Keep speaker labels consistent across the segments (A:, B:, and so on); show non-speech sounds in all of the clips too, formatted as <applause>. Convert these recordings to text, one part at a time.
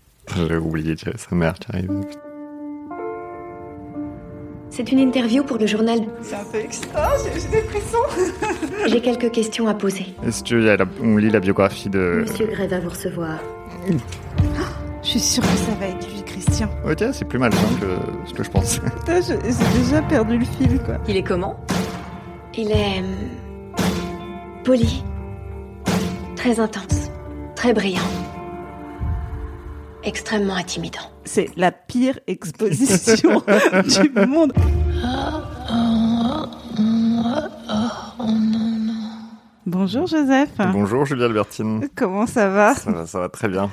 A: <laughs> J'ai oublié de sa mère qui arrive.
B: C'est une interview pour le journal.
C: C'est un peu extra, j'ai j'ai des frissons.
B: J'ai quelques questions à poser.
A: Est-ce que la- on lit la biographie de.
B: Monsieur Gray va vous recevoir.
C: Je suis sûre que ça va être lui, Christian.
A: Ok, c'est plus malsain que ce que je pensais.
C: Putain, je- j'ai déjà perdu le fil, quoi.
D: Il est comment
B: Il est. hum, poli. Très intense. Très brillant. Extrêmement intimidant.
C: C'est la pire exposition <laughs> du monde. Bonjour Joseph.
A: <laughs> Bonjour Julie Albertine.
C: Comment ça va
A: Ça va, ça va très bien.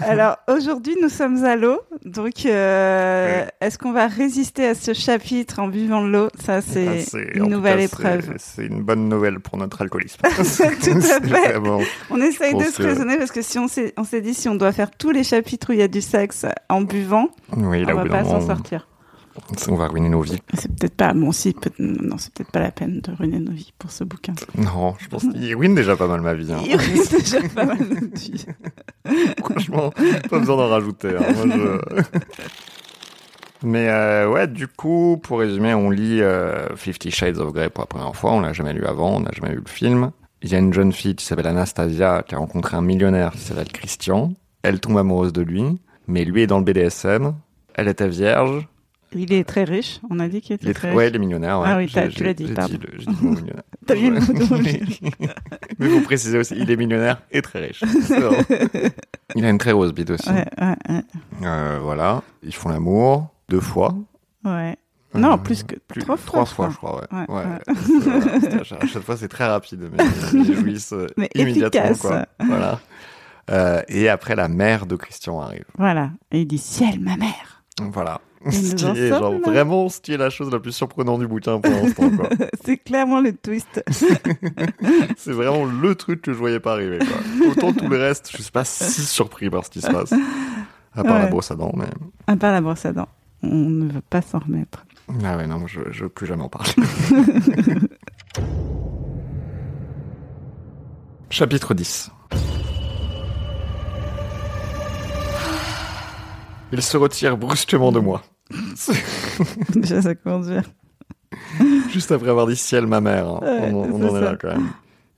C: Alors aujourd'hui nous sommes à l'eau, donc euh, est-ce qu'on va résister à ce chapitre en buvant de l'eau Ça
A: Ah,
C: c'est
A: c'est- en
C: une
A: tout
C: nouvelle
A: cas,
C: épreuve.
A: c'est- C'est une bonne nouvelle pour notre alcoolisme.
C: <laughs> Tout
A: <laughs>
C: à
A: C'est
C: fait.
A: vraiment-
C: On essaye
A: je
C: de
A: pense
C: se
A: que-
C: raisonner parce que si on s'est on s'est dit si on doit faire tous les chapitres où il y a du sexe en buvant,
A: Oui, là,
C: on
A: au
C: va
A: bout d'un
C: pas s'en
A: moment,
C: sortir.
A: on va ruiner nos vies.
C: C'est peut-être pas, bon si, peut- non, c'est peut-être pas la peine de ruiner nos vies pour ce bouquin.
A: Non, je pense qu'il ruine déjà pas mal ma vie. hein.
C: Il ruine déjà pas mal notre vie.
A: Franchement, pas besoin d'en rajouter. hein. Moi, je- Mais euh, ouais, du coup, pour résumer, on lit euh, Fifty Shades of Grey pour la première fois. On l'a jamais lu avant, on n'a jamais vu le film. Il y a une jeune fille qui s'appelle Anastasia qui a rencontré un millionnaire qui s'appelle Christian. Elle tombe amoureuse de lui, mais lui est dans le BDSM. Elle était vierge.
C: Il est très riche, on a dit qu'il était
A: Il est
C: très
A: très...
C: riche.
A: Ouais, il est millionnaire. ouais.
C: Ah oui, t'as-
A: J'ai-
C: tu l'as
A: j'ai-
C: dit,
A: j'ai
C: pardon.
A: le- J'ai dit le mot millionnaire.
C: <laughs> T'as mis le mot dans le-
A: mais... <laughs> mais vous précisez aussi, il est millionnaire et très riche. C'est drôle. Il a une très rose bite aussi.
C: Ouais, ouais, ouais,
A: Euh, voilà, ils font l'amour deux fois.
C: ouais. Non,
A: Euh,
C: plus que
A: plus-
C: trois, fois. je
A: je
C: crois.
A: crois. Ouais.
C: Ouais,
A: Ouais,
C: ouais.
A: c'est- voilà, c'est- à chaque- à chaque fois, c'est très rapide, mais
C: <laughs>
A: ils jouissent euh,
C: Mais
A: immédiatement.
C: efficace.
A: Quoi. Voilà. Euh, et après, la mère de Christian arrive.
C: Voilà. Et il dit ciel, ma mère.
A: Voilà.
C: Et
A: Ce
C: nous
A: qui
C: en
A: est genre,
C: sommes là.
A: vraiment ce qui est la chose la plus surprenante du bouquin pour l'instant.
C: <laughs>
A: quoi.
C: <laughs> C'est clairement le twist.
A: C'est vraiment le truc que je voyais pas arriver. Quoi. Autant tout le reste, je suis pas si surpris par ce qui se passe. À part la
C: Ouais.
A: brosse à dents, mais.
C: <laughs> À part la brosse à dents, on ne veut pas s'en remettre. <laughs>
A: Ah ouais, non, moi, je, je veux plus jamais en parler. <laughs> Chapitre 10 Il se retire brusquement de moi,
C: Déjà, ça commence bien.
A: juste après avoir dit ciel ma mère. hein.
C: Ouais,
A: on on
C: c'est
A: en est là
C: ça.
A: quand même.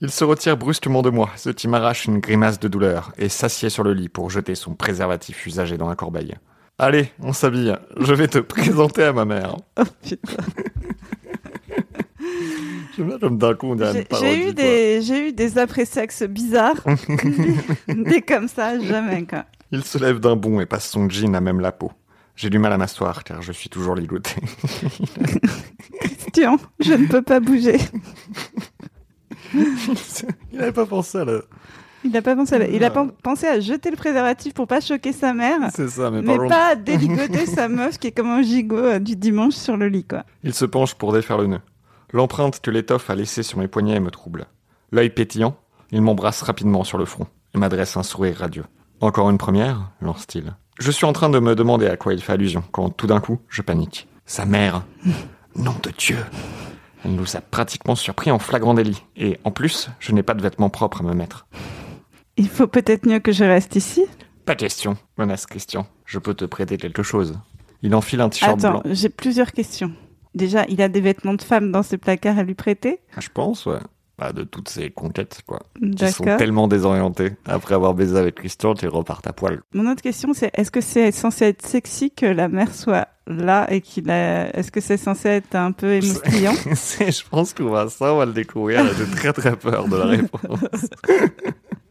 A: Il se retire brusquement de moi, ce qui m'arrache une grimace de douleur, et s'assied sur le lit pour jeter son préservatif usagé dans la corbeille. Allez, on s'habille, je vais te <laughs> présenter à ma mère.
C: Oh putain.
A: <laughs> J'aime bien comme d'un coup on dirait une
C: J'ai-
A: parodie,
C: J'ai eu,
A: quoi.
C: des- j'ai eu des après-sexes bizarres.
A: <laughs>
C: des comme ça, jamais, quoi.
A: Il se lève d'un bond et passe son jean à même la peau. J'ai du mal à m'asseoir car je suis toujours ligoté. <laughs>
C: Christian, je ne peux pas bouger.
A: il n'avait pas pensé à la...
C: Il n'a pas pensé à, la- il a
A: Non.
C: pen- pensé à jeter le préservatif pour pas choquer sa mère,
A: C'est ça, mais,
C: mais
A: par contre,
C: pas à
A: <laughs>
C: déligoter sa meuf qui est comme un gigot euh, du dimanche sur le lit, quoi.
A: Il se penche pour défaire le nœud. L'empreinte que l'étoffe a laissée sur mes poignets me trouble. L'œil pétillant, il m'embrasse rapidement sur le front et m'adresse un sourire radieux. Encore une première lance-t-il. Je suis en train de me demander à quoi il fait allusion quand tout d'un coup, je panique. Sa mère <laughs> Nom de Dieu Elle nous a pratiquement surpris en flagrant délit. Et en plus, je n'ai pas de vêtements propres à me mettre.
C: Il faut peut-être mieux que je reste ici.
A: Pas question, menace Christian. Je peux te prêter quelque chose. Il enfile un t-shirt
C: Attends,
A: blanc.
C: j'ai plusieurs questions. Déjà, il a des vêtements de femme dans ses placards à lui prêter.
A: Je pense, ouais. Bah, de toutes ces conquêtes, quoi. Qui sont
C: D'accord.
A: tellement désorientées. Après avoir baisé avec Christian, tu repartent à poil.
C: Mon autre question, c'est est-ce que c'est censé être sexy que la mère soit là et qu'il a... Est-ce que c'est censé être un peu émoustillant
A: <laughs> C'est- je pense qu'on va ça, on va le découvrir. J'ai très très peur de la réponse.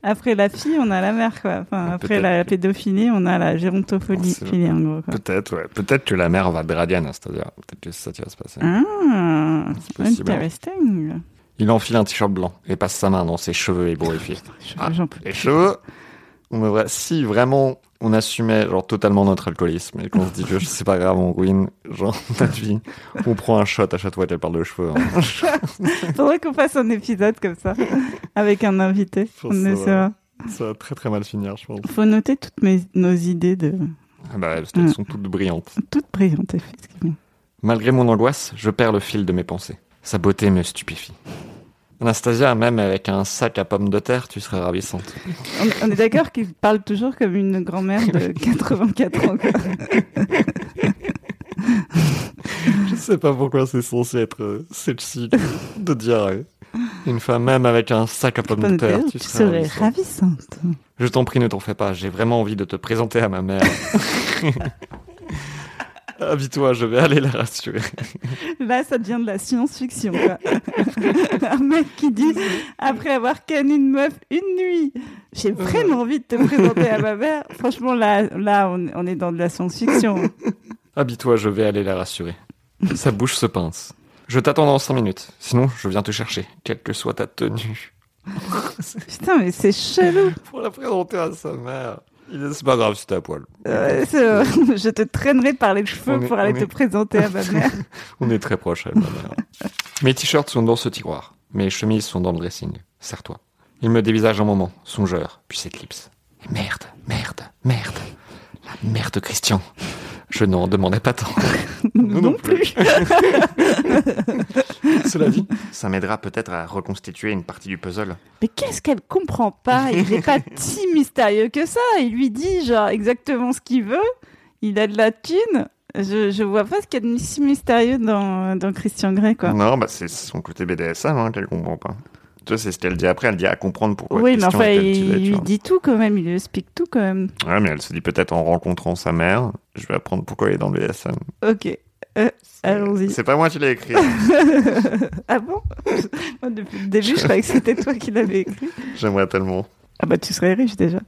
C: Après la fille, on a la mère, quoi. Enfin, après la, la pédophilie, on a la gérontophilie,
A: Ah, C'est-
C: philie, en gros,
A: <laughs>
C: quoi.
A: Peut-être, ouais. Peut-être que la mère va draguer Anastasia. Peut-être que c'est ça qui va se passer.
C: Ah,
A: possible.
C: interesting.
A: Il enfile un t-shirt blanc et passe sa main dans ses cheveux ébouriffés.
C: Je-
A: Ah.
C: j'en peux
A: les cheveux. On devrait, si vraiment on assumait genre totalement notre alcoolisme et qu'on se dit que c'est pas grave, on ruine genre <laughs> notre vie, on prend un shot à chaque fois qu'elle parle de cheveux. hein.
C: <laughs> Faudrait qu'on fasse un épisode comme
A: <laughs>
C: ça, avec un invité.
A: pense
C: On
A: que ça
C: essaiera.
A: Ça va très très mal finir, je pense.
C: Faut noter toutes mes- nos idées de
A: Ah bah, parce qu'elles sont toutes brillantes.
C: toutes brillantes, effectivement.
A: Malgré mon angoisse, je perds le fil de mes pensées. Sa beauté me stupéfie. Anastasia, même avec un sac à pommes de terre, tu serais ravissante.
C: On, on est d'accord qu'il parle toujours comme une grand-mère de
A: <laughs>
C: 84 ans. quoi.
A: Je sais pas pourquoi c'est censé être euh, celle-ci de dire euh, une femme, même avec un sac à pommes de terre, tu serais ravissante.
C: ravissante.
A: Je t'en prie, ne t'en fais pas, j'ai vraiment envie de te présenter à ma <laughs> mère. Habille-toi, je vais aller la rassurer.
C: Là, ça devient de la science-fiction. quoi. <laughs> Un mec qui dit, après avoir canné une meuf une nuit, j'ai vraiment envie de te présenter à ma mère. Franchement, là, là on, on est dans de la science-fiction.
A: Habille-toi, je vais aller la rassurer. Sa bouche se pince. Je t'attends dans cinq minutes, sinon je viens te chercher, quelle que soit ta tenue.
C: Putain, mais c'est chelou.
A: Pour la présenter à sa mère. Il est- C'est pas grave, c'était à poil.
C: Euh, c'est- <laughs> je te traînerai par les cheveux
A: On est-
C: pour aller
A: on
C: te
A: est-
C: présenter
A: <laughs>
C: à ma mère.
A: On est très proche avec ma mère. <laughs> Mes t-shirts sont dans ce tiroir. Mes chemises sont dans le dressing. Serre-toi. Il me dévisage un moment, songeur, puis s'éclipse. Merde, merde, merde. La merde, Christian. Je n'en demandais pas
C: <laughs>
A: tant. Nous non <laughs> plus. Cela dit, ça m'aidera peut-être à reconstituer une partie du puzzle.
C: Mais qu'est-ce qu'elle comprend pas Il n'est <laughs> pas si mystérieux que ça. Il lui dit genre exactement ce qu'il veut. Il a de la thune. Je, je vois pas ce qu'il y a de si mystérieux dans, dans Christian Grey, quoi.
A: Non, bah c'est son côté BDSM hein, qu'elle comprend pas. Tu sais, c'est ce qu'elle dit après, elle dit à comprendre pourquoi
C: oui, mais
A: Christian
C: enfin,
A: est tel
C: il,
A: qu'il est, tu
C: lui
A: vois.
C: dit tout quand même. Il lui explique tout quand même.
A: Ouais, mais elle se dit peut-être en rencontrant sa mère, je vais apprendre pourquoi il est dans le BDSM.
C: <laughs> Ok. Euh, Allons-y.
A: C'est pas moi qui l'ai écrit. hein.
C: ah bon Moi, Depuis le début, je croyais que c'était toi qui l'avais écrit.
A: <laughs> J'aimerais tellement.
C: Ah bah, tu serais riche déjà.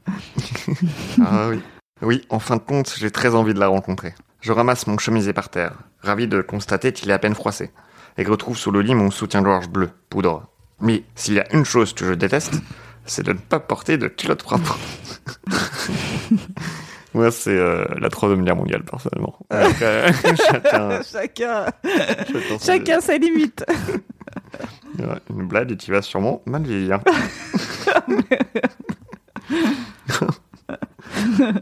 A: Ah oui. Oui, en fin de compte, j'ai très envie de la rencontrer. Je ramasse mon chemisier par terre, ravi de constater qu'il est à peine froissé, et que retrouve sous le lit mon soutien-gorge bleu, poudre. Mais s'il y a une chose que je déteste, c'est de ne pas porter de culotte propre. Moi, c'est euh, la troisième guerre mondiale, personnellement. Donc, euh, <laughs> chacun,
C: Chacun,
A: chacun ses-
C: chacun ses limites.
A: Ouais, Une blague et tu vas sûrement mal vieillir. <laughs>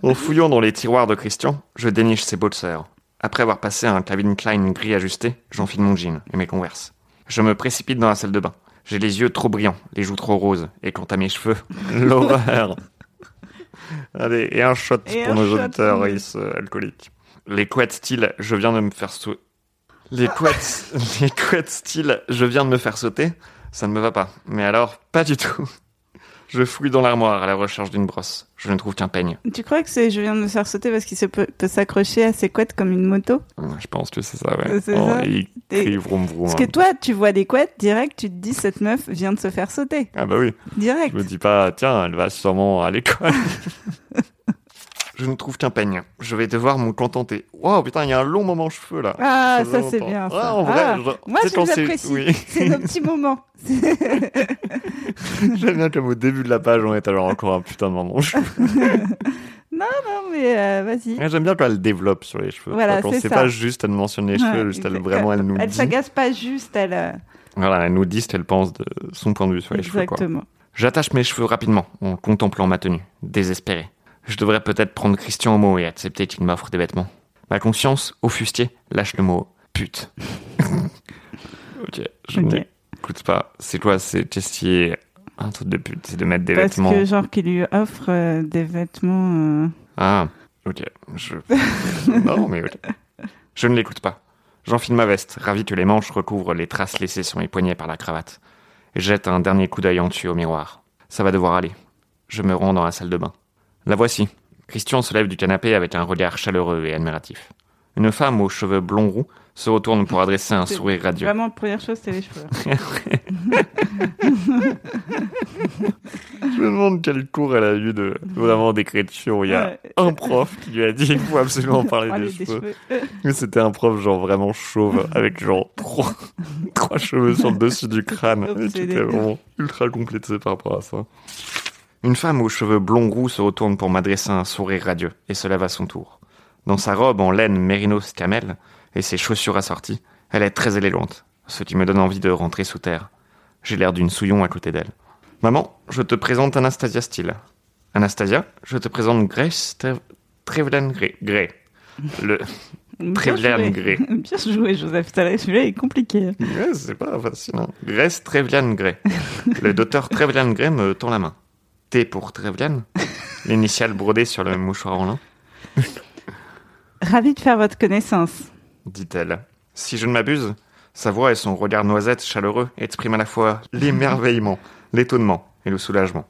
A: en fouillant dans les tiroirs de Christian, je déniche ses boxers. Après avoir passé un Calvin Klein gris ajusté, j'enfile mon jean et mes converses. Je me précipite dans la salle de bain. J'ai les yeux trop brillants, les joues trop roses, et quant à mes cheveux, <laughs> l'horreur. Allez, et un shot
C: Et
A: pour
C: un
A: nos
C: shot.
A: auditeurs is, euh, alcooliques. Les couettes style, je viens de me faire sauter. Les couettes, <laughs> les couettes style, je viens de me faire sauter. Ça ne me va pas. Mais alors, pas du tout. Je fouille dans l'armoire à la recherche d'une brosse. Je ne trouve qu'un peigne.
C: Tu crois que c'est je viens de me faire sauter parce qu'il se peut, peut s'accrocher à ses couettes comme une moto
A: Ouais, Je pense que c'est ça, ouais.
C: Euh, c'est ça.
A: et il
C: Et-
A: crie vroom vroom.
C: Parce que
A: hein.
C: toi, tu vois des couettes, direct, tu te dis cette meuf vient de se faire sauter.
A: Ah bah oui, je
C: Direct.
A: me dis pas, <laughs> tiens, elle va sûrement à
C: <laughs>
A: l'école. je ne trouve qu'un peigne. Je vais devoir me contenter. Wow, putain, il y a un long moment cheveux, là.
C: Ah,
A: fait
C: ça c'est
A: longtemps.
C: bien.
A: Ouais,
C: ça.
A: en vrai,
C: Ah,
A: genre,
C: moi,
A: tu sais,
C: je
A: quand
C: les
A: c'est-
C: apprécie.
A: oui.
C: <laughs>
A: <laughs>
C: C'est nos petits moments. C'est-
A: J'aime bien comme au début de la page, on est alors encore un putain de
C: <laughs>
A: moment cheveux.
C: non, mais euh, vas-y.
A: Ouais, J'aime bien quand elle développe sur les cheveux.
C: Voilà,
A: quand
C: c'est
A: c'est
C: ça.
A: pas juste, elle mentionne les cheveux,
C: Ouais,
A: juste elle,
C: exact.
A: vraiment, elle nous
C: Elle
A: dit.
C: s'agace pas juste, elle. euh,
A: Voilà, elle nous dit ce qu'elle pense de son point de vue sur les cheveux, quoi.
C: Exactement.
A: J'attache mes cheveux rapidement en contemplant ma tenue, désespéré. Je devrais peut-être prendre Christian au mot et accepter qu'il m'offre des vêtements. Ma conscience, offusquée, lâche le mot pute. <laughs> ok, je
C: Ok.
A: n'écoute pas. C'est quoi C'est qu'est-ce qui est un truc de pute C'est de mettre des
C: Parce
A: vêtements.
C: que, genre, qu'il lui offre euh, des vêtements. euh,
A: Ah, ok. Je... non, mais ok. Je ne l'écoute pas. J'enfile ma veste, ravi que les manches recouvrent les traces laissées sur mes poignets par la cravate. Et jette un dernier coup d'œil en dessus au miroir. Ça va devoir aller. Je me rends dans la salle de bain. La voici. Christian se lève du canapé avec un regard chaleureux et admiratif. Une femme aux cheveux blonds roux se retourne pour adresser un
C: <laughs> C'est
A: sourire radieux.
C: Vraiment, première chose, c'est
A: <laughs>
C: les cheveux.
A: Je me demande quel cours elle a eu de vraiment d'écriture. Il y a
C: Ouais.
A: un prof qui lui a dit il faut
C: <laughs>
A: absolument parler
C: Parler
A: des
C: des
A: cheveux. <laughs>
C: cheveux. Euh,
A: Mais c'était un prof genre vraiment chauve avec genre trois, <laughs> trois cheveux sur le dessus du crâne.
C: Oups,
A: Et
C: j'ai
A: qui
C: des
A: était
C: dents.
A: vraiment ultra complexé par rapport à ça. Une femme aux cheveux blonds roux se retourne pour m'adresser un sourire radieux et se lève à son tour. Dans sa robe en laine mérinos camel et ses chaussures assorties, elle est très élégante, ce qui me donne envie de rentrer sous terre. J'ai l'air d'une souillon à côté d'elle. Maman, je te présente Anastasia Steele. Anastasia, je te présente Grace Tre- Trevelen Gray. Gray. Le, Très bien,
C: joué.
A: Gray.
C: <laughs> Bien joué, Joseph Tallet. Celui-là est compliqué.
A: Ouais, c'est pas fascinant. Grace Trevlian Gray. Le docteur Trevlian Gray me tend la main. T pour Trevlian, l'initiale brodée sur le mouchoir en lin,
C: Ravi de faire votre connaissance.
A: dit-elle. Si je ne m'abuse, sa voix et son regard noisette chaleureux expriment à la fois l'émerveillement, l'étonnement et le soulagement.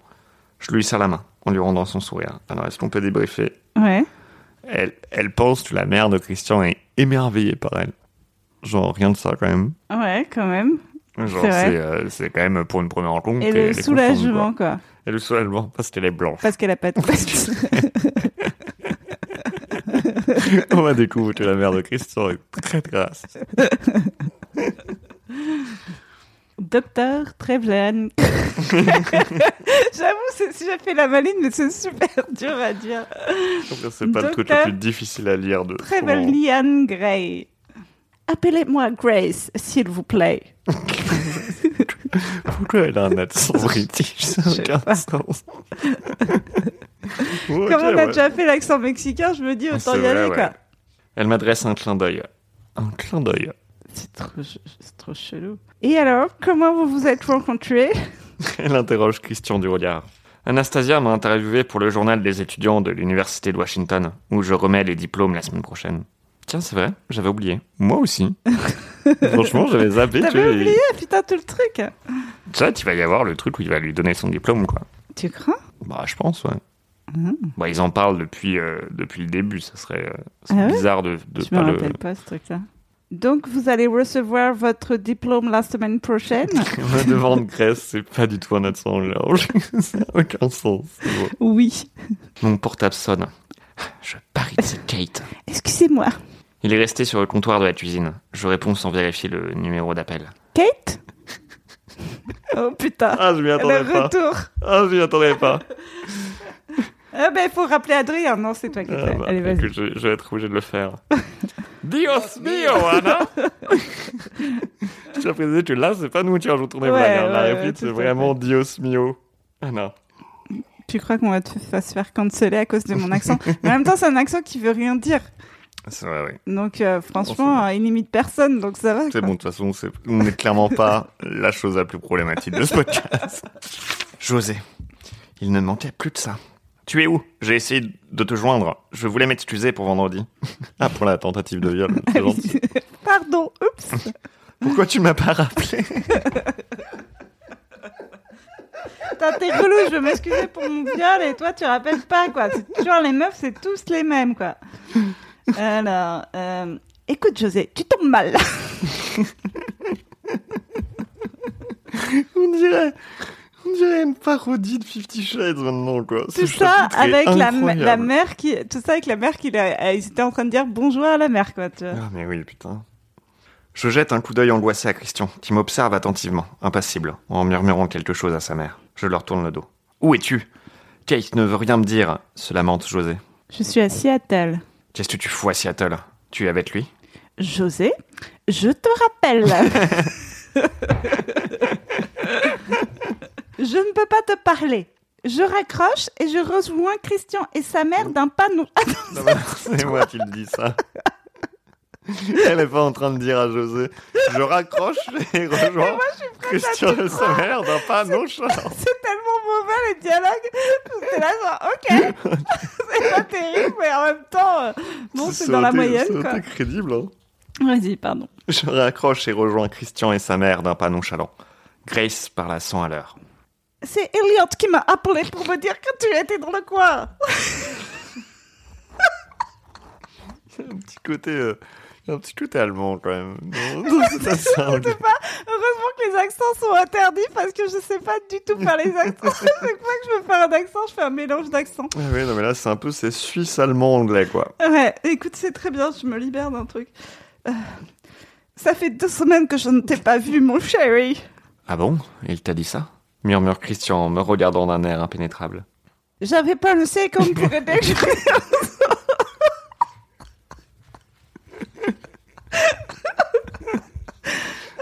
A: Je lui serre la main en lui rendant son sourire. Alors, est-ce qu'on peut débriefer
C: Ouais.
A: elle, elle pense que la mère de Christian est émerveillée par elle. Genre, rien de ça quand même.
C: Ouais, quand même.
A: Genre,
C: C'est vrai.
A: c'est euh, c'est quand même pour une première rencontre.
C: Et
A: elle est
C: le
A: confondue,
C: soulagement, quoi.
A: quoi. Et le soulagement, parce qu'elle est blanche.
C: Parce qu'elle a pas de tête.
A: <laughs> On va découvrir que la mère de Christian est très grasse.
C: <laughs> Docteur
A: <laughs>
C: Trevlan. J'avoue, c'est- si j'ai fait la maline, mais c'est super dur à dire.
A: C'est pas le truc le
C: Docteur-
A: plus difficile à lire de. son-
C: Trevelian Gray. Appelez-moi Grace, s'il vous plaît.
A: Pourquoi elle a un
C: <laughs>
A: accent british Ça
C: Je sais
A: n'a aucun
C: pas.
A: sens.
C: Comme on a déjà fait l'accent mexicain, je me
A: Ah,
C: dis autant y aller, quoi.
A: Elle m'adresse un clin d'œil. Un clin d'œil.
C: C'est trop, ch- c'est trop chelou. Et alors, comment vous vous êtes rencontrés
A: Elle interroge Christian du regard. Anastasia m'a interviewé pour le journal des étudiants de l'université de Washington, où je remets les diplômes la semaine prochaine. Tiens, c'est vrai, j'avais oublié. Moi
C: <laughs>
A: aussi. Franchement, j'avais zappé. tu
C: T'avais
A: vois, et-
C: oublié, putain, tout le truc.
A: Ça, il va y avoir le truc où il va lui donner son diplôme, quoi.
C: Tu crois
A: Bah, je pense, ouais.
C: Mhm.
A: Bah, ils en parlent depuis, euh, depuis le début, ça serait, euh,
C: Ah ouais
A: bizarre de, de
C: Je
A: pas
C: me
A: le...
C: rappelle
A: <laughs>
C: pas, ce truc-là. Donc, vous allez recevoir votre diplôme la semaine prochaine
A: Devant de Grèce, c'est pas du tout un accent large. <laughs> ça n'a aucun sens. c'est bon.
C: Oui.
A: Mon portable sonne. Je parie que c'est Kate.
C: Excusez-moi.
A: Il est resté sur le comptoir de la cuisine. Je réponds sans vérifier le numéro d'appel. <laughs>
C: Kate Oh putain.
A: Ah, je m'y
C: Le retour.
A: Ah, je m'y attendais pas.
C: Ah ben, il faut rappeler Adrien. Non, c'est toi qui
A: Ah,
C: t'as.
A: bah,
C: Allez, vas-y.
A: écoute, je, je vais être obligé de le
C: <laughs>
A: faire. Dios mio, Anna <laughs> Je tiens à préciser que là, c'est pas nous qui rajoutons des
C: Ouais,
A: blagues. hein. La
C: ouais, ouais,
A: réplique,
C: tout
A: c'est
C: à
A: vraiment Dios mio, Anna.
C: Tu crois qu'on va te va se faire canceller à cause de mon
A: <laughs>
C: accent Mais en même temps, c'est un accent qui veut rien dire.
A: C'est vrai, oui.
C: Donc, euh, franchement, il limite personne, donc ça va.
A: C'est
C: quoi.
A: bon, de toute façon, c'est- on n'est clairement pas la chose la plus problématique de ce podcast. José, il ne manquait plus de ça. Tu es où J'ai essayé de te joindre. Je voulais m'excuser pour vendredi. <laughs> Ah, pour la tentative de viol.
C: <laughs>
A: c'est gentil.
C: Pardon, oups.
A: Pourquoi tu m'as pas rappelé
C: Putain, T'es relou, je veux m'excuser pour mon viol et toi, tu rappelles pas, quoi. C'est toujours les meufs, c'est tous les
A: <laughs>
C: mêmes, quoi. Alors, euh, écoute, José, tu tombes mal.
A: On dirait, on dirait une parodie de Fifty Shades maintenant, quoi. Ce
C: Tout ça
A: chapitre est
C: avec la,
A: incroyable.
C: la mère qui, tout ça avec la mère qui, l'a- ils étaient en train de dire bonjour à la mère, quoi. Tu vois.
A: Ah, mais oui, putain. Je jette un coup d'œil angoissé à Christian, qui m'observe attentivement, impassible, en murmurant quelque chose à sa mère. Je leur tourne le dos. Où es-tu Kate ne veut rien me dire, se lamente José.
C: Je suis à Seattle.
A: Qu'est-ce que tu fous à Seattle Tu es avec lui
C: José, je te <laughs> rappelle. je ne peux pas te parler. Je raccroche et je rejoins Christian et sa mère d'un panneau. Ah,
A: <laughs> C'est moi qui le dis ça. <laughs> Elle est pas en train de dire à José Je raccroche et rejoins Christian de sa mère d'un pas nonchalant.
C: C'est tellement mauvais les dialogues. C'était là genre ok.
A: <laughs>
C: <laughs> c'est pas terrible mais en même temps euh, bon c'est dans la
A: auté-
C: moyenne
A: C'est
C: quoi.
A: auté crédible, hein.
C: Vas-y pardon.
A: Je raccroche et rejoins Christian et sa mère d'un pas nonchalant. Grace parle à 100 à l'heure.
C: C'est Elliot qui m'a appelé pour me dire que tu étais dans le coin.
A: Un petit côté, euh, un petit côté allemand quand même. Non, non, <laughs> c'est pas ça, on dit.
C: sais pas. Heureusement que les accents sont interdits parce que je sais pas du tout faire les accents. <laughs> Chaque fois que je veux faire un accent, je fais un mélange d'accents.
A: Ah oui, non, mais là c'est un peu c'est suisse allemand anglais quoi.
C: Ouais, écoute, c'est très bien, je me libère d'un truc. Euh, ça fait deux semaines que je ne t'ai pas vu, mon chéri.
A: Ah bon Il t'a dit ça Murmure Christian en me regardant d'un air impénétrable.
C: J'avais pas pensé qu'on pourrait <laughs> déjà.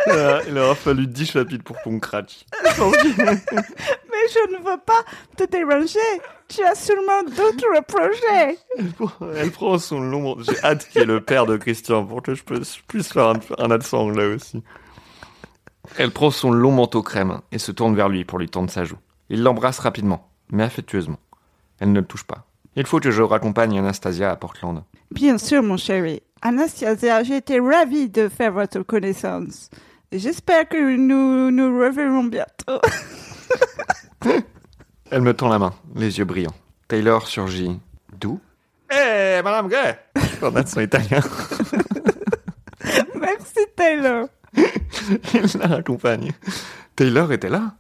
A: Ah, il aura fallu 10 chapitres pour qu'on crache.
C: Mais je ne veux pas te déranger. Tu as sûrement d'autres projets.
A: Elle prend son long. J'ai hâte qu'il y ait le père de Christian pour que je puisse, je puisse faire un, un accent là aussi. Elle prend son long manteau crème et se tourne vers lui pour lui tendre sa joue. Il l'embrasse rapidement, mais affectueusement. Elle ne le touche pas. Il faut que je raccompagne Anastasia à Portland.
C: Bien sûr, mon chéri. Anastasia, j'ai été ravie de faire votre connaissance. J'espère que nous nous reverrons bientôt. <laughs>
A: Elle me tend la main, les yeux brillants. Taylor surgit. D'où Eh, Madame Gray En accent italien. <laughs>
C: Merci, Taylor.
A: Il la raccompagne. Taylor était là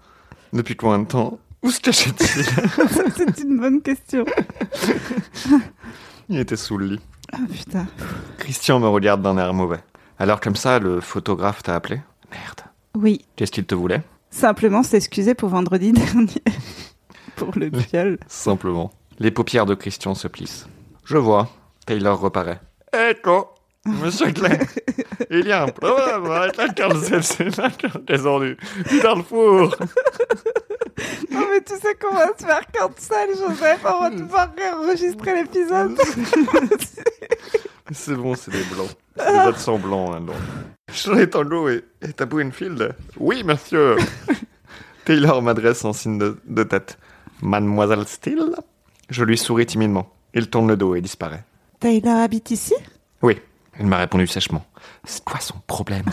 A: Depuis combien de temps Où se cachait-il
C: C'est une bonne question.
A: Il était sous le lit.
C: Ah putain.
A: Christian me regarde d'un air mauvais. Alors comme ça, le photographe t'a appelé Merde.
C: Oui,
A: Qu'est-ce qu'il te voulait
C: simplement s'excuser pour vendredi <laughs> dernier. pour le viol.
A: Simplement. Les paupières de Christian se plissent. Je vois. Taylor reparaît. Écho Eh, Monsieur Clay, il y a un problème avec la carte descendue. Dans le four
C: Non mais tu sais qu'on va se faire cancel, Joseph, on va devoir réenregistrer l'épisode.
A: <laughs> C'est bon, c'est des blancs. C'est des accents blancs maintenant. Shirley Tango hein, et, et Tabou Enfield Oui, monsieur Taylor m'adresse en signe de, de tête. Mademoiselle Steele Je lui souris timidement. Il tourne le dos et disparaît.
C: Taylor habite ici
A: Oui, il m'a répondu sèchement. C'est quoi son problème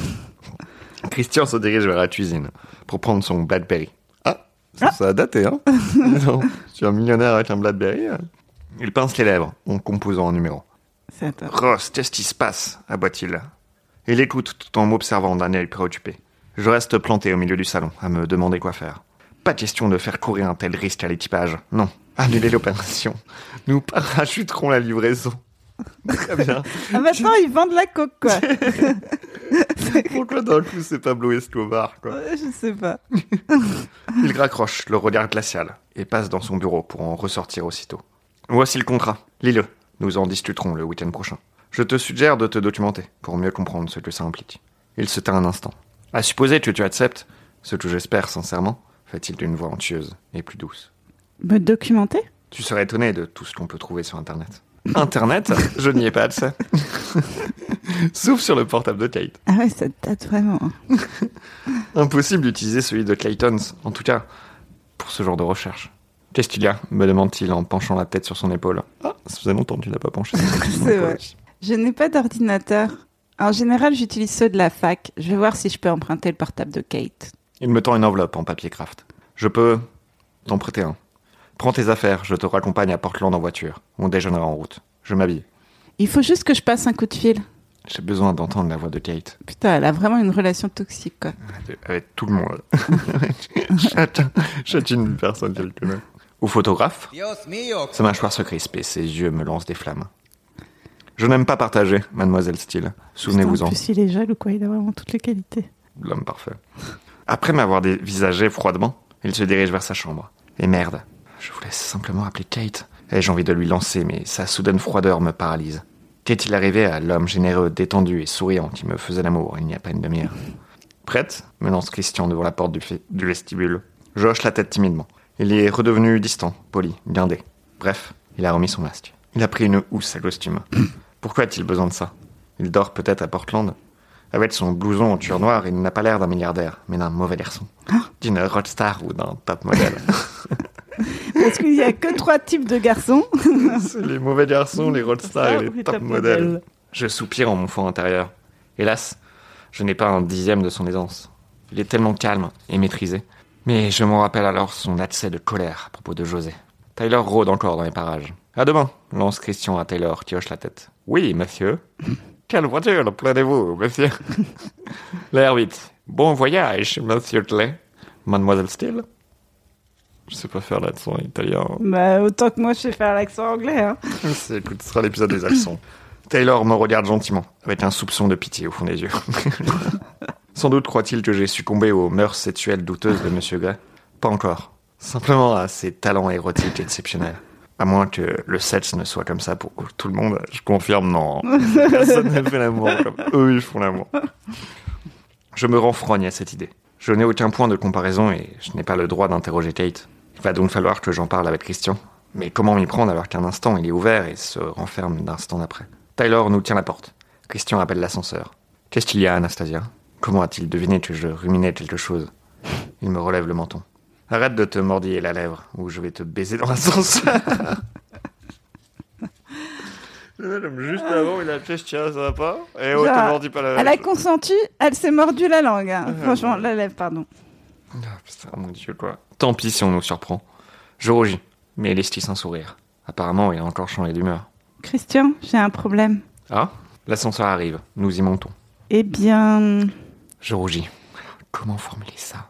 A: Christian se dirige vers la cuisine pour prendre son Blackberry. Ah, ça, ça a daté, hein Non, tu es un millionnaire avec un Blackberry hein Il pince les lèvres en composant un numéro.
C: C'est attends.
A: Ross, qu'est-ce qui se passe aboie-t-il. Il écoute tout en m'observant d'un œil préoccupé. Je reste planté au milieu du salon, à me demander quoi faire. Pas question de faire courir un tel risque à l'équipage. Non, annulez l'opération. Nous parachuterons la livraison. <laughs> Très bien.
C: Ah maintenant ils vendent la coke quoi.
A: Pourquoi d'un coup c'est Pablo Escobar, quoi
C: Ouais, Je sais pas.
A: Il raccroche le regard glacial et passe dans son bureau pour en ressortir aussitôt. Voici le contrat. Lis-le. Nous en discuterons le week-end prochain. Je te suggère de te documenter pour mieux comprendre ce que ça implique. Il se tint un instant. À supposer que tu acceptes, ce que j'espère sincèrement, fait-il d'une voix anxieuse et plus douce.
C: Me documenter
A: Tu serais étonné de tout ce qu'on peut trouver sur Internet. Internet Je n'y ai pas <laughs> accès. Sauf sur le portable de Kate.
C: Ah ouais, ça date vraiment. hein.
A: Impossible d'utiliser celui de Clayton's, en tout cas, pour ce genre de recherche. Qu'est-ce qu'il y a me demande-t-il en penchant la tête sur son épaule. Ah, ça faisait longtemps que tu l'as pas penché.
C: <laughs> C'est vrai. Je n'ai pas d'ordinateur. En général, j'utilise ceux de la fac. Je vais voir si je peux emprunter le portable de Kate.
A: Il me tend une enveloppe en papier craft. Je peux t'en prêter un. Prends tes affaires, je te raccompagne à Portland en voiture. On déjeunera en route. Je m'habille.
C: Il faut juste que je passe un coup de fil.
A: J'ai besoin d'entendre la voix de Kate.
C: Putain, elle a vraiment une relation toxique, quoi.
A: Avec tout le monde. <laughs> Chacun- Chacune personne qu'elle connaît. Au photographe
D: Dios mío.
A: Sa mâchoire se crispe et ses yeux me lancent des flammes. Je n'aime pas partager, mademoiselle Steele.
C: Putain,
A: Souvenez-vous-en,
C: En plus, il est jeune ou quoi, il a vraiment toutes les qualités.
A: l'homme parfait. Après m'avoir dévisagé froidement, il se dirige vers sa chambre. Et merde, je voulais simplement appeler Kate. Ai-je envie de lui lancer, mais sa soudaine froideur me paralyse. Qu'est-il arrivé à l'homme généreux, détendu et souriant qui me faisait l'amour il n'y a pas une demi-heure Prête me lance Christian devant la porte du, fe- du vestibule. Je hoche la tête timidement. Il est redevenu distant, poli, blindé. Bref, il a remis son masque. Il a pris une housse à costume. <clears throat> Pourquoi a-t-il besoin de ça Il dort peut-être à Portland. Avec son blouson en tueur noir, il n'a pas l'air d'un milliardaire, mais d'un mauvais garçon. D'une rockstar ou d'un top model. <laughs>
C: Parce qu'il n'y a que trois types de garçons.
A: C'est les mauvais garçons, les rockstars et
C: Ou
A: les top modèles. Je soupire en mon fond intérieur. Hélas, je n'ai pas un dixième de son aisance. Il est tellement calme et maîtrisé. Mais je me rappelle alors son accès de colère à propos de José. Taylor rôde encore dans les parages. À demain, lance Christian à Taylor qui hoche la tête. Oui, <laughs> monsieur. Quelle voiture prenez-vous, <laughs> monsieur L'air vite. Bon voyage, monsieur Clay. Mademoiselle Steele Je sais pas faire l'accent italien.
C: Bah, autant que moi, je sais faire l'accent anglais. Hein.
A: <laughs> C'est- Écoute, ce sera l'épisode des accents. Taylor me regarde gentiment, avec un soupçon de pitié au fond des yeux. <laughs> Sans doute croit-il que j'ai succombé aux mœurs sexuelles douteuses de Monsieur Gray. Pas encore. Simplement à ses talents érotiques exceptionnels. À moins que le sexe ne soit comme ça pour tout le monde, je confirme, non. <laughs> Personne ne fait l'amour comme eux, ils font l'amour. Je me renfrogne à cette idée. Je n'ai aucun point de comparaison et je n'ai pas le droit d'interroger Kate. Il va donc falloir que j'en parle avec Christian. Mais comment m'y prendre alors qu'un instant il est ouvert et se renferme d'un instant d'après Taylor nous tient la porte. Christian appelle l'ascenseur. Qu'est-ce qu'il y a, Anastasia Comment a-t-il deviné que je ruminais quelque chose Il me relève le menton. Arrête de te mordiller la lèvre, ou je vais te baiser dans <laughs> l'ascenseur Juste avant, il a fait tiens, ça va pas Eh Et
C: oh, Genre, te
A: mordis pas la
C: Elle a consenti, elle s'est mordue la langue. hein. Franchement, la lèvre, pardon.
A: Ah, putain, mon dieu, quoi. Tant pis si on nous surprend. Je rougis, mais il esquisse un sourire. Apparemment, il a encore changé d'humeur.
C: Christian, j'ai un problème.
A: Ah L'ascenseur arrive, nous y montons.
C: Eh bien,
A: Je rougis. Comment formuler ça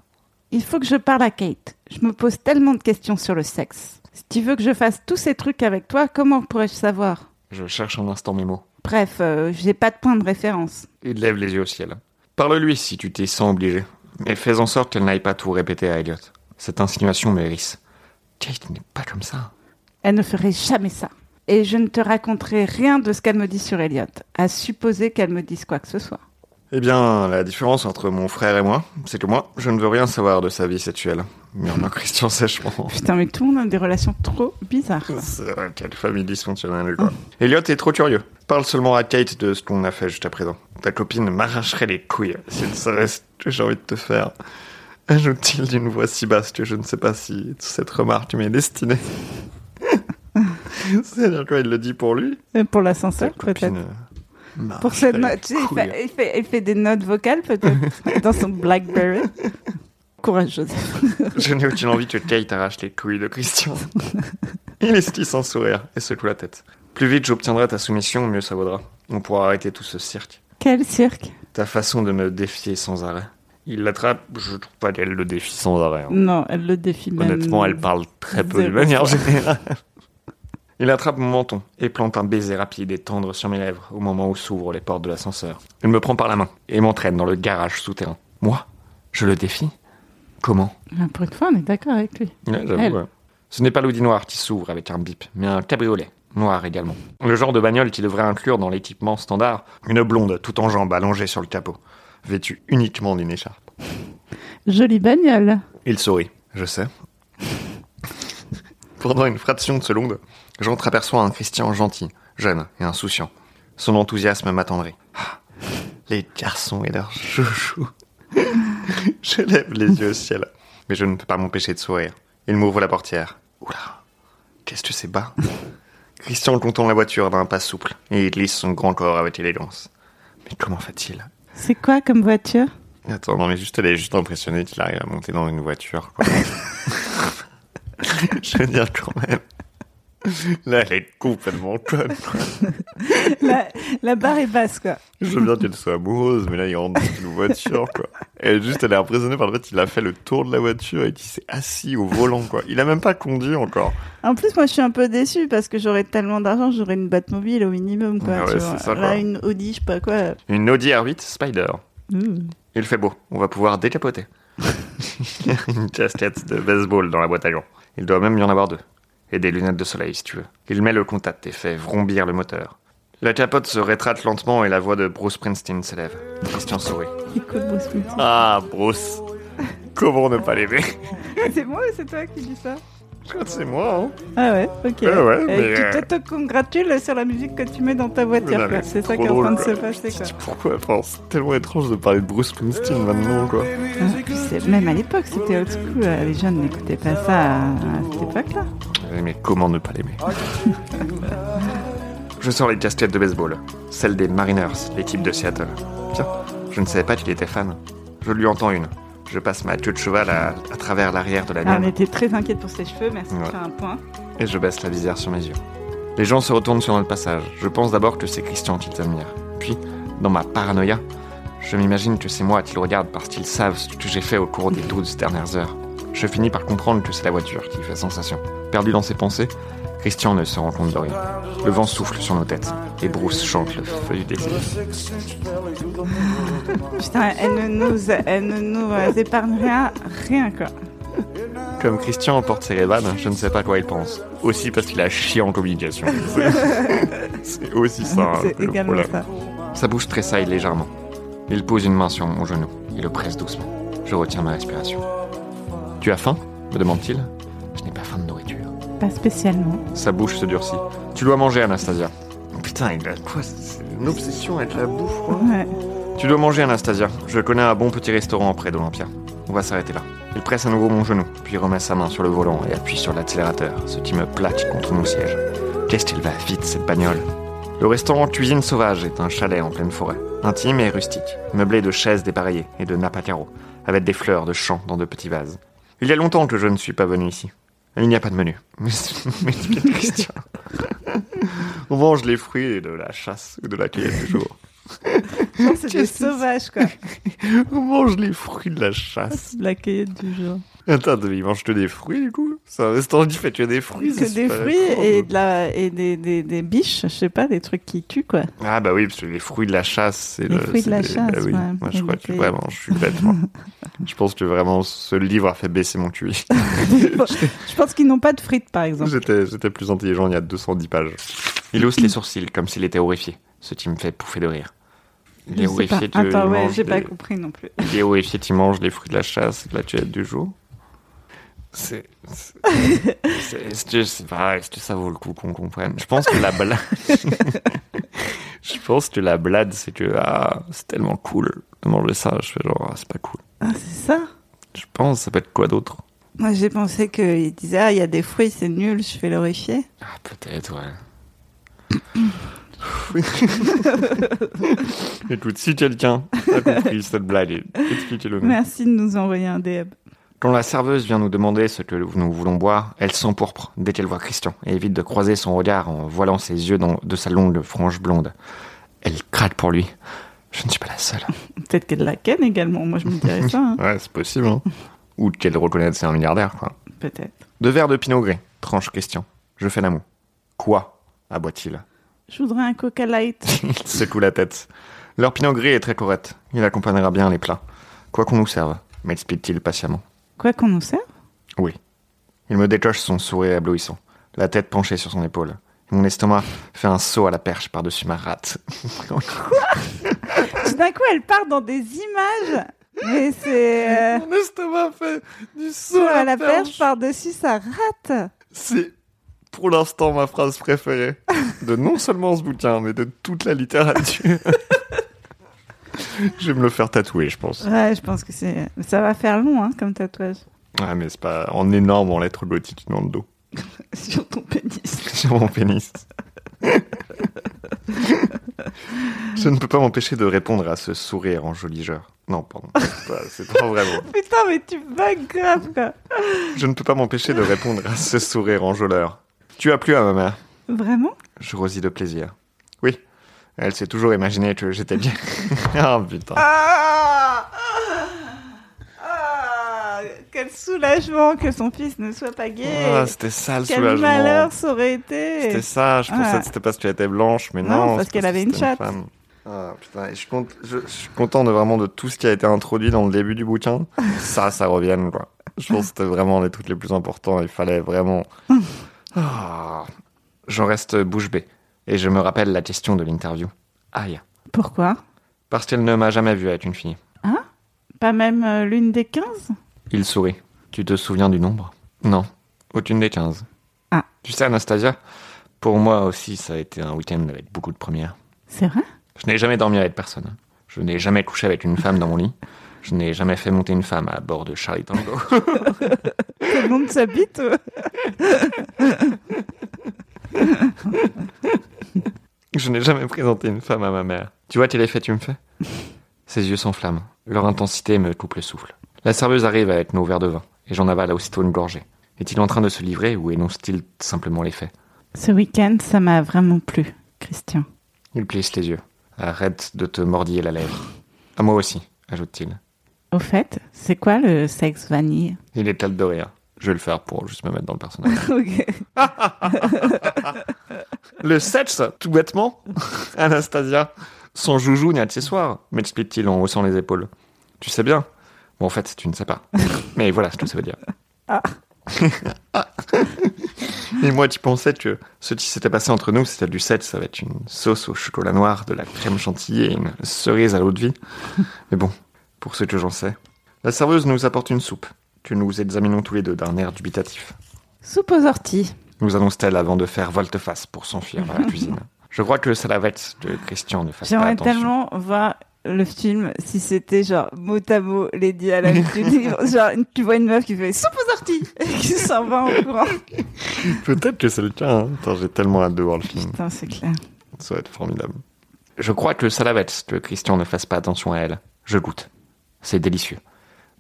C: il faut que je parle à Kate. Je me pose tellement de questions sur le sexe. Si tu veux que je fasse tous ces trucs avec toi, comment pourrais-je savoir
A: Je cherche un instant mes mots.
C: Bref, euh, j'ai pas de point de référence.
A: Il lève les yeux au ciel. Parle-lui si tu t'y sens obligé. Mais fais en sorte qu'elle n'aille pas tout répéter à Elliot. Cette insinuation me hérisse. Kate n'est pas comme ça.
C: Elle ne ferait jamais ça. Et je ne te raconterai rien de ce qu'elle me dit sur Elliot, à supposer qu'elle me dise quoi que ce soit.
A: Eh bien, la différence entre mon frère et moi, c'est que moi, je ne veux rien savoir de sa vie sexuelle. Murmure Christian sèchement.
C: Putain, mais tout le monde a des relations trop bizarres.
A: C'est vrai, quelle famille dysfonctionnelle, quoi. Elliot est trop curieux. Parle seulement à Kate de ce qu'on a fait jusqu'à présent. Ta copine m'arracherait les couilles si elle savait ce que j'ai envie de te faire. Ajoute-t-il d'une voix si basse que je ne sais pas si cette remarque m'est destinée.
C: <laughs>
A: C'est-à-dire quoi, il le dit pour lui
C: Euh, Pour
A: Ta
C: l'ascenseur, peut-être.
A: copine euh,
C: Pour cette
A: m'arracherait les
C: note, tu sais, il
A: couilles.
C: fait, il fait- il fait des notes
A: <laughs>
C: vocales peut-être dans son Blackberry. Courage, Joseph.
A: Je n'ai aucune envie que Kate arrache les couilles de
C: <laughs>
A: Christian. Il esquisse un sourire et secoue la tête. Plus vite j'obtiendrai ta soumission, mieux ça vaudra. On pourra arrêter tout ce cirque.
C: Quel cirque
A: Ta façon de me défier sans arrêt. Il l'attrape, je trouve pas qu'elle le défie sans arrêt. hein.
C: Non, elle le défie même.
A: Honnêtement, elle parle très peu de
C: zéro
A: manière générale. <laughs> Il attrape mon menton et plante un baiser rapide et tendre sur mes lèvres au moment où s'ouvrent les portes de l'ascenseur. Il me prend par la main et m'entraîne dans le garage souterrain. Moi Je le défie Comment
C: Ah, Pour une fois, on est d'accord avec lui.
A: Ouais, j'avoue,
C: Elle.
A: ouais. Ce n'est pas l'audi noir qui s'ouvre avec un bip, mais un cabriolet, noir également. Le genre de bagnole qui devrait inclure dans l'équipement standard une blonde tout en jambes allongée sur le capot, vêtue uniquement d'une écharpe.
C: Jolie bagnole.
A: Il sourit. Je sais. <laughs> Pendant une fraction de seconde, j'entreaperçois un Christian gentil, jeune et insouciant. Son enthousiasme m'attendrit. Ah, Les garçons et leurs <laughs> chouchous. je lève les yeux au ciel, mais je ne peux pas m'empêcher de sourire. Il m'ouvre la portière. Oula, qu'est-ce que c'est bas Christian contourne la voiture d'un pas souple et il glisse son grand corps avec élégance. Mais comment fait-il
C: C'est quoi comme voiture
A: Attends, non, mais juste, elle est juste impressionnée qu'il arrive à monter dans une voiture, <laughs> quoi. Je veux dire, quand même. Là, elle est complètement conne.
C: la, la barre est basse, quoi.
A: Je veux bien qu'elle soit amoureuse, mais là, il rentre dans une voiture, quoi. Et juste, elle est impressionnée par le fait qu'il a fait le tour de la voiture et qu'il s'est assis au volant, quoi. Il a même pas conduit encore.
C: En plus, moi, je suis un peu déçue parce que j'aurais tellement d'argent, j'aurais une Batmobile au minimum, quoi.
A: Ah ouais,
C: tu
A: c'est
C: vois.
A: ça,
C: Là,
A: quoi.
C: une Audi, je sais pas quoi.
A: Une Audi R8 Spider.
C: Mmh.
A: Il fait beau, on va pouvoir décapoter. Il y a <laughs> une casquette de baseball dans la boîte à gants. Il doit même y en avoir deux. Et des lunettes de soleil, si tu veux. Il met le contact et fait vrombir le moteur. La capote se rétrate lentement et la voix de Bruce Springsteen s'élève. Christian sourit.
C: Écoute, Bruce Willis.
A: Ah, Bruce Comment ne pas l'aimer
C: <laughs> C'est moi ou c'est toi qui dis ça
A: Je crois que C'est moi, hein
C: Ah ouais, ok.
A: Ouais, ouais,
C: Et
A: mais,
C: tu
A: euh,
C: te- te congratules sur la musique que tu mets dans ta voiture,
A: Non, mais
C: quoi. C'est ça
A: trop
C: qui est en train de
A: drôle,
C: se
A: quoi.
C: passer, quoi.
A: Pourquoi enfin, C'est tellement étrange de parler de Bruce Springsteen maintenant, quoi.
C: Ah, puis c'est- même à l'époque, c'était old school. euh, Les jeunes n'écoutaient pas ça à, à cette époque-là.
A: Ouais, Mais comment ne pas l'aimer Je sors les casquettes de baseball, celles des Mariners, l'équipe de Seattle. Tiens, je ne savais pas qu'il était fan. Je lui entends une. Je passe ma queue de cheval à, à travers l'arrière de la
C: Ah, on
A: mienne
C: était très inquiète pour ses cheveux. Merci de
A: Ouais.
C: faire un point.
A: et je baisse la visière sur mes yeux. Les gens se retournent sur notre passage. Je pense d'abord que c'est Christian qu'ils admirent. Puis, dans ma paranoïa, je m'imagine que c'est moi qu'ils regardent parce qu'ils savent ce que j'ai fait au cours des 12 dernières heures. Je finis par comprendre que c'est la voiture qui fait sensation. Perdu dans ses pensées, Christian ne se rend compte de rien. Le vent souffle sur nos têtes et Bruce chante le feuille des
C: Putain, elle ne nous, elle ne nous euh, épargne rien, rien, quoi.
A: Comme Christian emporte ses rébanes, je ne sais pas quoi il pense. Aussi parce qu'il a chié en communication.
C: <laughs>
A: C'est- c'est aussi ça. hein,
C: c'est
A: le
C: également
A: problème.
C: ça.
A: Sa bouche tressaille légèrement. Il pose une main sur mon genou et le presse doucement. Je retiens ma respiration. Tu as faim me demande-t-il. Je n'ai pas faim de nourriture.
C: Pas spécialement.
A: Sa bouche se durcit. Tu dois manger, Anastasia. Oh, Putain, il a quoi C'est une obsession avec la bouffe, quoi.
C: Ouais.
A: Tu dois manger, Anastasia. Je connais un bon petit restaurant près d'Olympia. On va s'arrêter là. Il presse à nouveau mon genou, puis remet sa main sur le volant et appuie sur l'accélérateur, ce qui me plaque contre mon siège. Qu'est-ce qu'elle va vite, cette bagnole Le restaurant Cuisine Sauvage est un chalet en pleine forêt, intime et rustique, meublé de chaises dépareillées et de nappes à carreaux, avec des fleurs de champ dans de petits vases. Il y a longtemps que je ne suis pas venu ici. Il n'y a pas de menu. <laughs> Mais, mais quelle question <laughs> On mange les fruits de la chasse ou de la cueillette du jour.
C: Non, C'est des
A: Qu'est-ce que
C: sauvages, quoi.
A: On mange les fruits de la chasse.
C: C'est de la cueillette du jour.
A: Attends, ils mangent que des fruits du coup C'est un restaurant qui fait que des fruits ça,
C: que
A: c'est
C: des
A: pas
C: fruits
A: cool.
C: et, de la, et des, des, des biches, je sais pas, des trucs qui
A: <laughs>
C: tuent, quoi.
A: Ah bah oui, parce que les fruits de la chasse, c'est
C: Les
A: le.
C: fruits de
A: c'est
C: la
A: des-
C: chasse,
A: bah oui.
C: ouais.
A: Moi, je
C: Et
A: crois
C: les
A: que
C: pays.
A: vraiment, je suis bête. moi. je pense que vraiment, ce livre a fait baisser mon
C: <laughs>
A: QI.
C: Je pense qu'ils n'ont pas de frites, par exemple.
A: J'étais j'étais plus intelligent il y a 210 pages. Il hausse les sourcils comme s'il était horrifié, ce qui me fait pouffer de rire. Il est
C: Je sais pas.
A: horrifié, tu- il
C: Attends, ouais,
A: mange
C: j'ai
A: des-
C: pas compris non plus.
A: Il est horrifié, tu manges les fruits de la chasse et de la tuette du jour. C'est. c'est- c'est- Est-ce que, c'est pas- est-ce que ça vaut le coup qu'on comprenne Je pense que la blague. <laughs> je pense que la blague, c'est que ah, c'est tellement cool de manger ça. Je fais genre, ah, c'est pas cool.
C: Ah, c'est ça
A: Je pense, ça peut être quoi d'autre
C: Moi, j'ai pensé qu'ils disaient, ah, il y a des fruits, c'est nul, je vais l'horrifier.
A: Ah, peut-être, ouais. <laughs> Écoute, si quelqu'un a compris cette blague, expliquez-le nous.
C: Merci de nous envoyer un DM.
A: Quand la serveuse vient nous demander ce que nous voulons boire, elle s'empourpre dès qu'elle voit Christian et évite de croiser son regard en voilant ses yeux dans- de sa longue frange blonde. Elle craque pour lui. Je ne suis pas la seule.
C: Peut-être qu'il y a de la canne également, moi, je me dirais ça, hein.
A: <laughs> Ouais, c'est possible. Ou qu'elle reconnaisse c'est un milliardaire, quoi.
C: peut-être.
A: Deux verres de pinot gris, tranche Christian. Je fais l'amour. Quoi aboie-t-il. <laughs>
C: Je voudrais un Coca Light.
A: Il secoue la tête. Leur pinot gris est très correct. Il accompagnera bien les plats. Quoi qu'on nous serve, m'explique-t-il patiemment.
C: Quoi qu'on nous sert
A: Oui. Il me décoche son sourire éblouissant, la tête penchée sur son épaule. Mon estomac fait un saut à la perche par-dessus ma rate.
C: Tout d'un coup, elle part dans des images. Mais c'est... euh,
A: Mon estomac fait du saut
C: Sous à la perche, par-dessus, ça rate.
A: C'est pour l'instant ma phrase préférée
C: <laughs>
A: de non seulement ce bouquin, mais de toute la littérature.
C: <laughs>
A: je vais me le faire tatouer, je pense.
C: Ouais, je pense que c'est... Ça va faire long, hein, comme tatouage.
A: Ouais, Ah, mais c'est pas en énorme en lettres gothiques dans le dos.
C: <laughs> Sur ton pénis.
A: <laughs> sur mon pénis. Je ne peux pas m'empêcher de répondre à ce sourire enjoligeur. Non, pardon, c'est pas- c'est pas vrai. mot.
C: Putain, mais tu bugs grave, quoi.
A: Je ne peux pas m'empêcher de répondre à ce sourire enjôleur. Tu as plu à ma mère.
C: Vraiment
A: Je rosis de plaisir. Oui, elle s'est toujours imaginé que j'étais bien. <laughs> Ah putain.
C: ah Ah Quel soulagement que son fils ne soit pas gay.
A: Ah, c'était ça le
C: Quel
A: soulagement.
C: malheur ça aurait
A: C'était
C: été.
A: ça, je pensais
C: Ouais.
A: que c'était parce qu'elle était blanche, mais
C: Non,
A: non.
C: parce
A: c'est
C: qu'elle
A: que
C: avait une
A: c'était
C: chatte.
A: femme. Ah putain, et je, compte, je, je suis content de vraiment de tout ce qui a été introduit dans le début du
C: <laughs>
A: bouquin. Ça, ça revienne quoi. Je pense que c'était vraiment les trucs les plus importants. Il fallait
C: <laughs>
A: vraiment. Ah. J'en reste bouche bée et je me rappelle la question de l'interview. Aïe,
C: Pourquoi
A: parce qu'elle ne m'a jamais vu avec une fille.
C: Pas même euh, l'une des 15
A: Il sourit. Tu te souviens du nombre Non, aucune des 15.
C: Ah.
A: Tu sais, Anastasia, pour moi aussi, ça a été un week-end avec beaucoup de premières.
C: C'est vrai
A: Je n'ai jamais dormi avec personne. hein. Je n'ai jamais couché avec une femme dans mon lit. Je n'ai jamais fait monter une femme à bord de Charlie Tango.
C: Tout le monde
A: <laughs>
C: s'habite euh.
A: Je n'ai jamais présenté une femme à ma mère. Tu vois quel effet tu me fais Ses yeux s'enflamment. Leur intensité me coupe le souffle. La serveuse arrive avec nos verres de vin, et j'en avale aussitôt une gorgée. Est-il en train de se livrer ou énonce-t-il simplement les faits
C: Ce week-end, ça m'a vraiment plu, Christian.
A: Il plisse les yeux. Arrête de te mordiller la lèvre. À moi aussi, ajoute-t-il.
C: Au fait, c'est quoi le sexe vanille
A: <laughs> Il éclate de rire. Je vais le faire pour juste me mettre dans le personnage.
C: Ok.
A: Le sexe, tout bêtement <laughs> Anastasia, son joujou n'est accessoire, m'explique-t-il en haussant les épaules. Tu sais bien. Bon, en fait, tu ne sais pas. Mais voilà ce que ça veut dire.
C: Ah.
A: Ah. <laughs> Et moi, tu pensais que ce qui s'était passé entre nous, c'était du sexe avec une sauce au chocolat noir, de la crème chantilly et une cerise à l'eau de vie. Mais bon, pour ce que j'en sais. La serveuse nous apporte une soupe, que nous examinons tous les deux d'un air dubitatif.
C: Soupe aux orties.
A: nous annonce-t-elle avant de faire volte-face pour s'enfuir
C: <laughs>
A: vers la cuisine. Je crois que ça la vête de Christian ne fasse pas
C: J'aimerais
A: attention.
C: tellement voir le film si c'était genre mot à mot les dialogues
A: <laughs>
C: du livre. Genre, une- tu vois une meuf qui fait soupe aux orties <laughs> et qui s'en va
A: <laughs>
C: en courant.
A: Peut-être que c'est le cas. hein. Attends, j'ai tellement hâte de voir le film.
C: Putain, c'est clair.
A: Ça va être formidable. Je crois que ça la vête que Christian ne fasse pas attention à elle. Je goûte. C'est délicieux.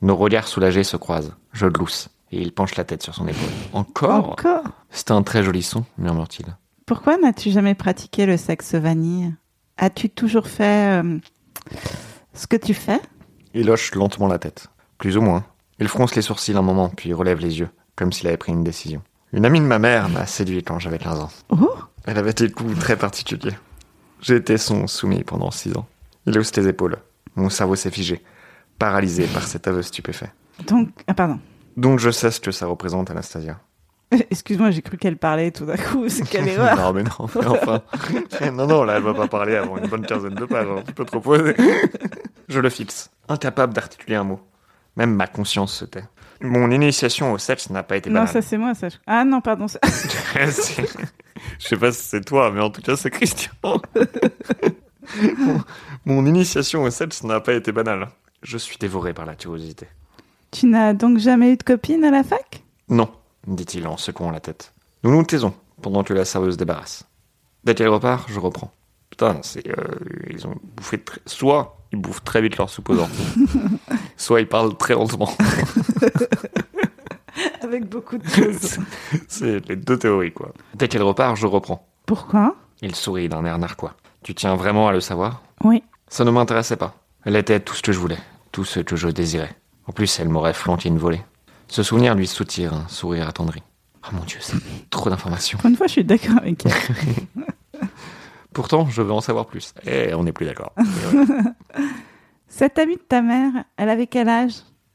A: Nos regards soulagés se croisent. Je glousse. Et il penche la tête sur son épaule. Encore
C: Encore
A: C'est un très joli son, murmure-t-il.
C: Pourquoi n'as-tu jamais pratiqué le sexe vanille As-tu toujours fait euh, ce que tu fais
A: Il hoche lentement la tête. Plus ou moins. Il fronce les sourcils un moment, puis relève les yeux, comme s'il avait pris une décision. Une amie de ma mère m'a séduit quand j'avais 15 ans.
C: Oh
A: Elle avait des coups très particuliers. J'ai été son soumis pendant six ans. Il hausse les épaules. Mon cerveau s'est figé, paralysé par cet aveu stupéfait.
C: Donc, ah pardon. <laughs>
A: Donc je sais ce que ça représente, Anastasia.
C: Excuse-moi, j'ai cru qu'elle parlait tout d'un coup. C'est quelle erreur
A: <laughs> non, mais non, mais enfin. <laughs> non, non, là, elle va pas parler avant une bonne quinzaine de pages. hein. Tu peux te reposer. <laughs> je le fixe, incapable d'articuler un mot. Même ma conscience se tait. Mon initiation au sexe n'a pas été
C: Non,
A: banale.
C: ça c'est moi, ça. je- Ah non, pardon. ça- <laughs>
A: C'est- Je sais pas si c'est toi, mais en tout cas, c'est Christian. mon, mon initiation au sexe n'a pas été banale. Je suis dévoré par la curiosité.
C: Tu n'as donc jamais eu de copine à la fac
A: Non, dit-il en secouant la tête. Nous nous taisons pendant que la serveuse débarrasse. Dès qu'elle repart, je reprends. Putain, c'est. euh, ils ont bouffé. très- Soit ils bouffent très vite leur soupe aux <laughs> orties, soit ils parlent très lentement. <laughs>
C: Avec beaucoup de choses.
A: c'est les deux théories, quoi. Dès qu'elle repart, je reprends.
C: <laughs> Pourquoi
A: Il sourit d'un air narquois. Tu tiens vraiment à le savoir
C: Oui.
A: Ça ne m'intéressait pas. Elle était tout ce que je voulais, tout ce que je désirais. En plus, elle m'aurait flanqué une volée. Ce souvenir lui soutire un sourire attendri. Oh mon dieu, c'est <laughs> trop d'informations.
C: Pour une fois, je suis d'accord avec elle.
A: Pourtant, je veux en savoir plus. Et on n'est plus <laughs> d'accord. Eh
C: Cette amie de ta mère, elle avait quel âge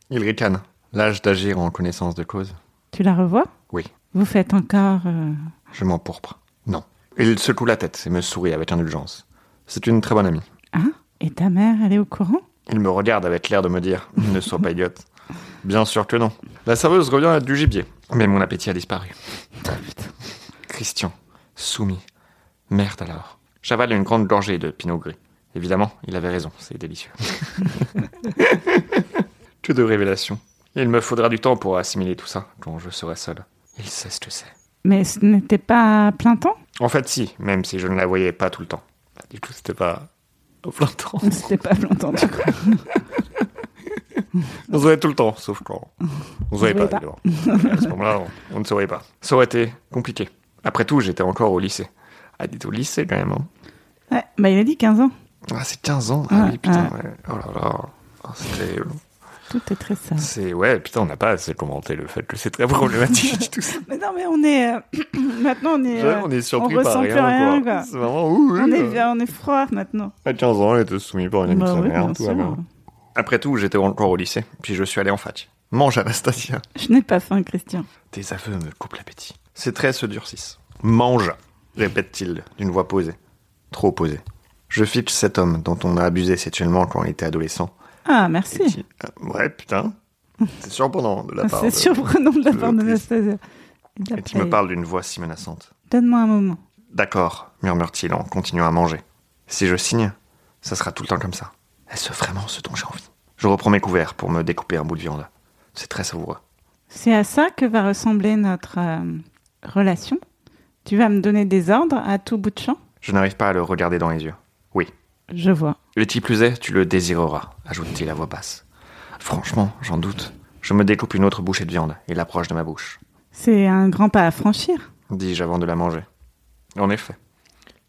A: Il ricane. L'âge d'agir en connaissance de cause
C: Tu la revois
A: Oui.
C: Vous faites encore. euh,
A: Je m'empourpre. Non. Il secoue la tête et me sourit avec indulgence. C'est une très bonne amie.
C: Ah Et ta mère, elle est au courant
A: Il me regarde avec l'air de me dire Ne sois pas idiote. Bien sûr que non. La serveuse revient à du gibier. Mais mon appétit a disparu. Christian, soumis. Merde alors. J'avale une grande gorgée de pinot gris. Évidemment, il avait raison, c'est délicieux. que de révélations. Il me faudra du temps pour assimiler tout ça quand je serai seul. Il sait ce que c'est.
C: Mais ce n'était pas à plein temps
A: En fait, si, même si je ne la voyais pas tout le temps. Bah, du coup, c'était pas au plein temps.
C: <laughs> C'était pas à plein temps, du coup.
A: On se voyait tout le temps, sauf quand. On se voyait pas,
C: voyait pas.
A: évidemment. à ce moment-là, on, on ne se voyait pas. Ça aurait été compliqué. Après tout, j'étais encore au lycée. Ah, dites au lycée quand même. hein.
C: Ouais, bah, il a dit 15 ans.
A: Ah, c'est 15 ans. Ah
C: Ouais,
A: oui, putain. ouais. Oh là là. Ah, c'était-
C: Tout est très simple.
A: C'est ouais, putain, on n'a pas assez commenté le fait que c'est très problématique. tout
C: <laughs>
A: ça.
C: Mais non, mais on est. euh, <clears throat> Maintenant, on est. euh,
A: on est surpris
C: on
A: par
C: ressent
A: rien.
C: plus rien,
A: quoi.
C: quoi.
A: C'est vraiment ouh,
C: on,
A: oui,
C: est
A: euh.
C: bien, on est froid maintenant.
A: À 15 ans, elle était soumise par une amie de
C: Bah
A: sa
C: oui,
A: mère,
C: bien
A: tout va
C: sûr.
A: bien. Après tout, j'étais encore au lycée, puis je suis allé en fac. Mange Anastasia.
C: Je n'ai pas faim, Christian.
A: Tes aveux me coupent l'appétit. Ses traits se durcissent. Mange, répète-t-il d'une voix posée. Trop posée. Je fixe cet homme dont on a abusé sexuellement quand il était adolescent.
C: Ah,
A: Et
C: merci.
A: qui- Ah, Ouais,
C: <laughs>
A: putain. C'est surprenant de la part
C: C'est
A: de-
C: surprenant de la
A: de
C: part de
A: l'autrice.
C: Anastasia. Et
A: Et tu me
C: d'après-
A: parles d'une voix si menaçante.
C: Donne-moi un moment.
A: D'accord, murmure-t-il en continuant à manger. Si je signe, ça sera tout le temps comme ça. Est-ce vraiment ce dont j'ai envie Je reprends mes couverts pour me découper un bout de viande. C'est très savoureux.
C: C'est à ça que va ressembler notre euh, relation. Tu vas me donner des ordres à tout bout de champ
A: Je n'arrive pas à le regarder dans les yeux. Oui.
C: Je vois.
A: Le qui plus est, tu le désireras, ajoute-t-il à voix basse. Franchement, j'en doute. Je me découpe une autre bouchée de viande et l'approche de ma bouche,
C: C'est un grand pas à franchir.
A: dis-je avant de la manger. En effet.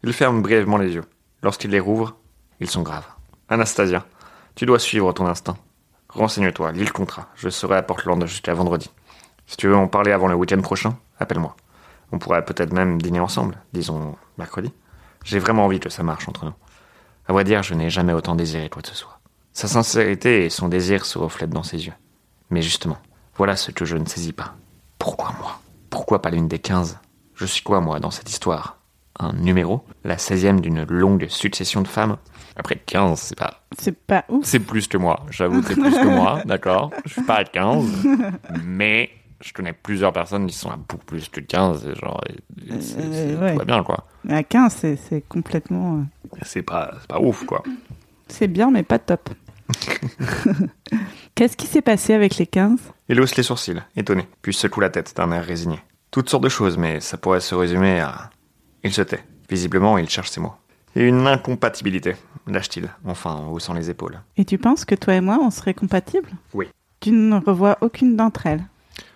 A: Il ferme brièvement les yeux. Lorsqu'il les rouvre, ils sont graves. Anastasia, tu dois suivre ton instinct. Renseigne-toi, lis le contrat. Je serai à Portland jusqu'à vendredi. Si tu veux en parler avant le week-end prochain, appelle-moi. On pourrait peut-être même dîner ensemble, disons mercredi. J'ai vraiment envie que ça marche entre nous. À vrai dire, je n'ai jamais autant désiré quoi que ce soit. Sa sincérité et son désir se reflètent dans ses yeux. Mais justement, voilà ce que je ne saisis pas. Pourquoi moi Pourquoi pas l'une des 15 Je suis quoi, moi, dans cette histoire Un numéro La 16e d'une longue succession de femmes Après 15, c'est pas
C: C'est pas
A: <laughs>
C: ouf.
A: c'est plus que moi, j'avoue, c'est plus que moi, d'accord Je suis pas à 15, mais je connais plusieurs personnes qui sont à beaucoup plus que 15 et genre, et- et c'est-
C: Euh,
A: c'est- tout
C: ouais.
A: va bien quoi.
C: Mais À 15, c'est- c'est complètement. euh,
A: C'est pas, c'est pas ouf quoi.
C: C'est bien, mais
A: <laughs>
C: pas top. Qu'est-ce qui s'est passé avec les 15
A: Il hausse les sourcils, étonné, puis secoue la tête d'un air résigné. Toutes sortes de choses, mais ça pourrait se résumer à. Il se tait. Visiblement, il cherche ses mots. Et une incompatibilité, lâche-t-il, enfin en haussant les épaules.
C: Et tu penses que toi et moi, on serait compatibles
A: Oui.
C: Tu ne revois aucune d'entre elles.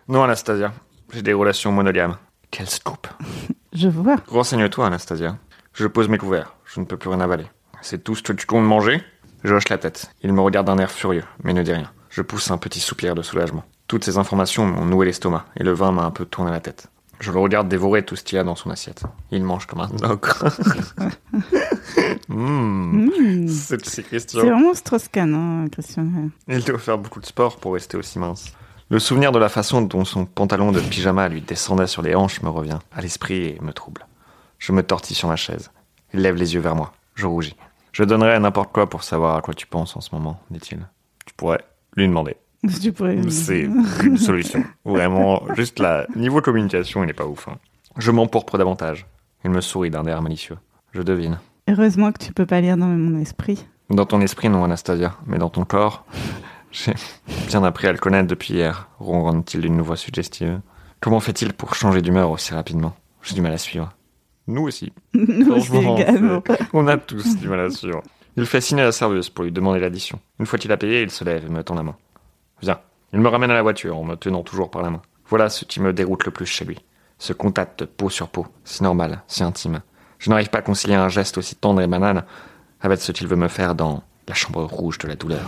A: Non, Anastasia, j'ai des relations monogames. Quel scoop
C: Je vois.
A: Renseigne-toi, Anastasia. Je pose mes couverts, je ne peux plus rien avaler. C'est tout ce que tu comptes manger Je hoche la tête. Il me regarde d'un air furieux, mais ne dit rien. Je pousse un petit soupir de soulagement. Toutes ces informations m'ont noué l'estomac, et le vin m'a un peu tourné la tête. Je le regarde dévorer tout ce qu'il y a dans son assiette. Il mange comme un ogre. <laughs> Mmh,
C: Mmh.
A: ce petit
C: C'est
A: Christian.
C: vraiment Strauss-Kahn, hein, Christian.
A: Il doit faire beaucoup de sport pour rester aussi mince. Le souvenir de la façon dont son pantalon de pyjama lui descendait sur les hanches me revient à l'esprit et me trouble. Je me tortille sur ma chaise. Il lève les yeux vers moi. Je rougis. Je donnerais à n'importe quoi pour savoir à quoi tu penses en ce moment, dit-il. Tu pourrais lui demander.
C: <laughs> Tu pourrais...
A: C'est une solution. Vraiment, juste là, niveau communication, il n'est pas ouf. hein. Je m'empourpre davantage. Il me sourit d'un air malicieux. Je devine.
C: Heureusement que tu peux pas lire dans mon esprit. <laughs>
A: Dans ton esprit, non, Anastasia, mais dans ton corps, <laughs> j'ai bien appris à le connaître depuis hier, ronronne-t-il d'une voix suggestive. Comment fait-il pour changer d'humeur aussi rapidement J'ai du mal à suivre. Nous aussi.
C: Nous aussi,
A: Franchement,
C: également.
A: c'est- <laughs> on a tous du mal à suivre. Il fait signe à la serveuse pour lui demander l'addition. Une fois qu'il a payé, il se lève et me tend la main. Viens. Il me ramène à la voiture en me tenant toujours par la main. Voilà ce qui me déroute le plus chez lui. Ce contact peau sur peau, si normal, si intime. Je n'arrive pas à concilier un geste aussi tendre et banal avec ce qu'il veut me faire dans la chambre rouge de la douleur.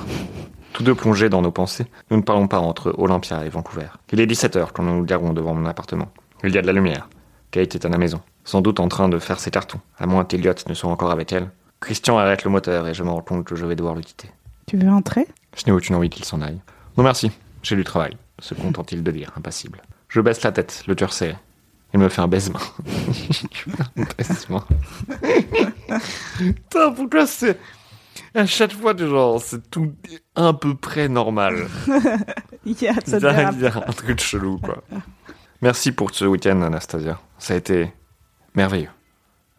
A: Tous deux plongés dans nos pensées, nous ne parlons pas entre Olympia et Vancouver. Il est 17h quand nous nous garons devant mon appartement. Il y a de la lumière. Kate est à la maison, sans doute en train de faire ses cartons, à moins qu'Eliot ne soit encore avec elle. Christian arrête le moteur et je me rends compte que je vais devoir le quitter.
C: Tu veux <laughs> entrer
A: Je n'ai aucune envie qu'il s'en aille. Non merci, j'ai du travail, se contente-t-il de dire, impassible. Je baisse la tête, le cœur serré. Il me fait un baisement. <laughs> un baisement. Putain, pourquoi c'est... À chaque fois, du genre, c'est tout un peu près normal.
C: Yeah, ça
A: Il y a-
C: dérape.
A: il y a un truc chelou,
C: <laughs>
A: quoi. Merci pour ce week-end, Anastasia. Ça a été merveilleux.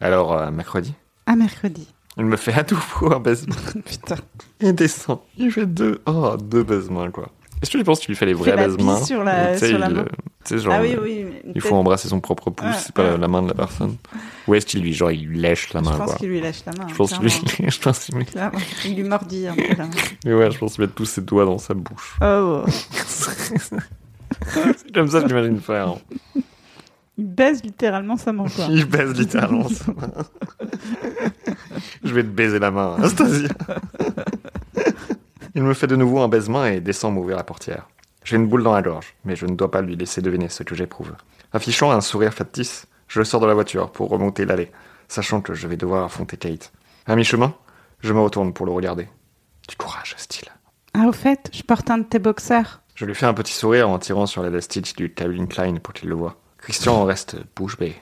A: Alors, euh, mercredi,
C: À mercredi. <laughs>
A: il me fait à tout pour un <laughs> baisement.
C: Putain.
A: Il descend. Il fait deux. Oh, deux baisements, quoi. Est-ce que tu penses qu'il lui fait les vrais
C: fait la bise
A: baisements
C: sur la-
A: Tu sais,
C: sur la
A: il,
C: main.
A: euh, tu sais, genre,
C: ah oui, oui. mais
A: il
C: peut-être-
A: faut embrasser son propre pouce,
C: Ouais,
A: c'est pas
C: ouais.
A: la main de la personne. Ou est-ce qu'il lui, genre, il lui lèche la
C: Je
A: main,
C: pense
A: quoi
C: qu'il lui lâche la main.
A: Je pense qu'il
C: clairement.
A: lui lèche. <laughs> Je pense qu'il lui-
C: Clairement. Il lui mordit hein, un peu la main.
A: Mais ouais, je pense qu'il met tous ses doigts dans sa bouche. <laughs>
C: Oh,
A: c'est comme ça que j'imagine faire. hein.
C: il baise littéralement
A: <laughs>
C: sa mâchoire.
A: Il baise littéralement sa main. Je vais te baiser la main, hein, Anastasia. Il me fait de nouveau un baisement et descend m'ouvrir la portière. J'ai une boule dans la gorge, mais je ne dois pas lui laisser deviner ce que j'éprouve. Affichant un sourire factice, je sors de la voiture pour remonter l'allée, sachant que je vais devoir affronter Kate. À mi-chemin, je me retourne pour le regarder. Du courage, style.
C: Ah, au fait, je porte un de tes boxeurs.
A: Je lui fais un petit sourire en tirant sur la vestige du Calvin Klein pour qu'il le voie. Christian en reste bouche bée.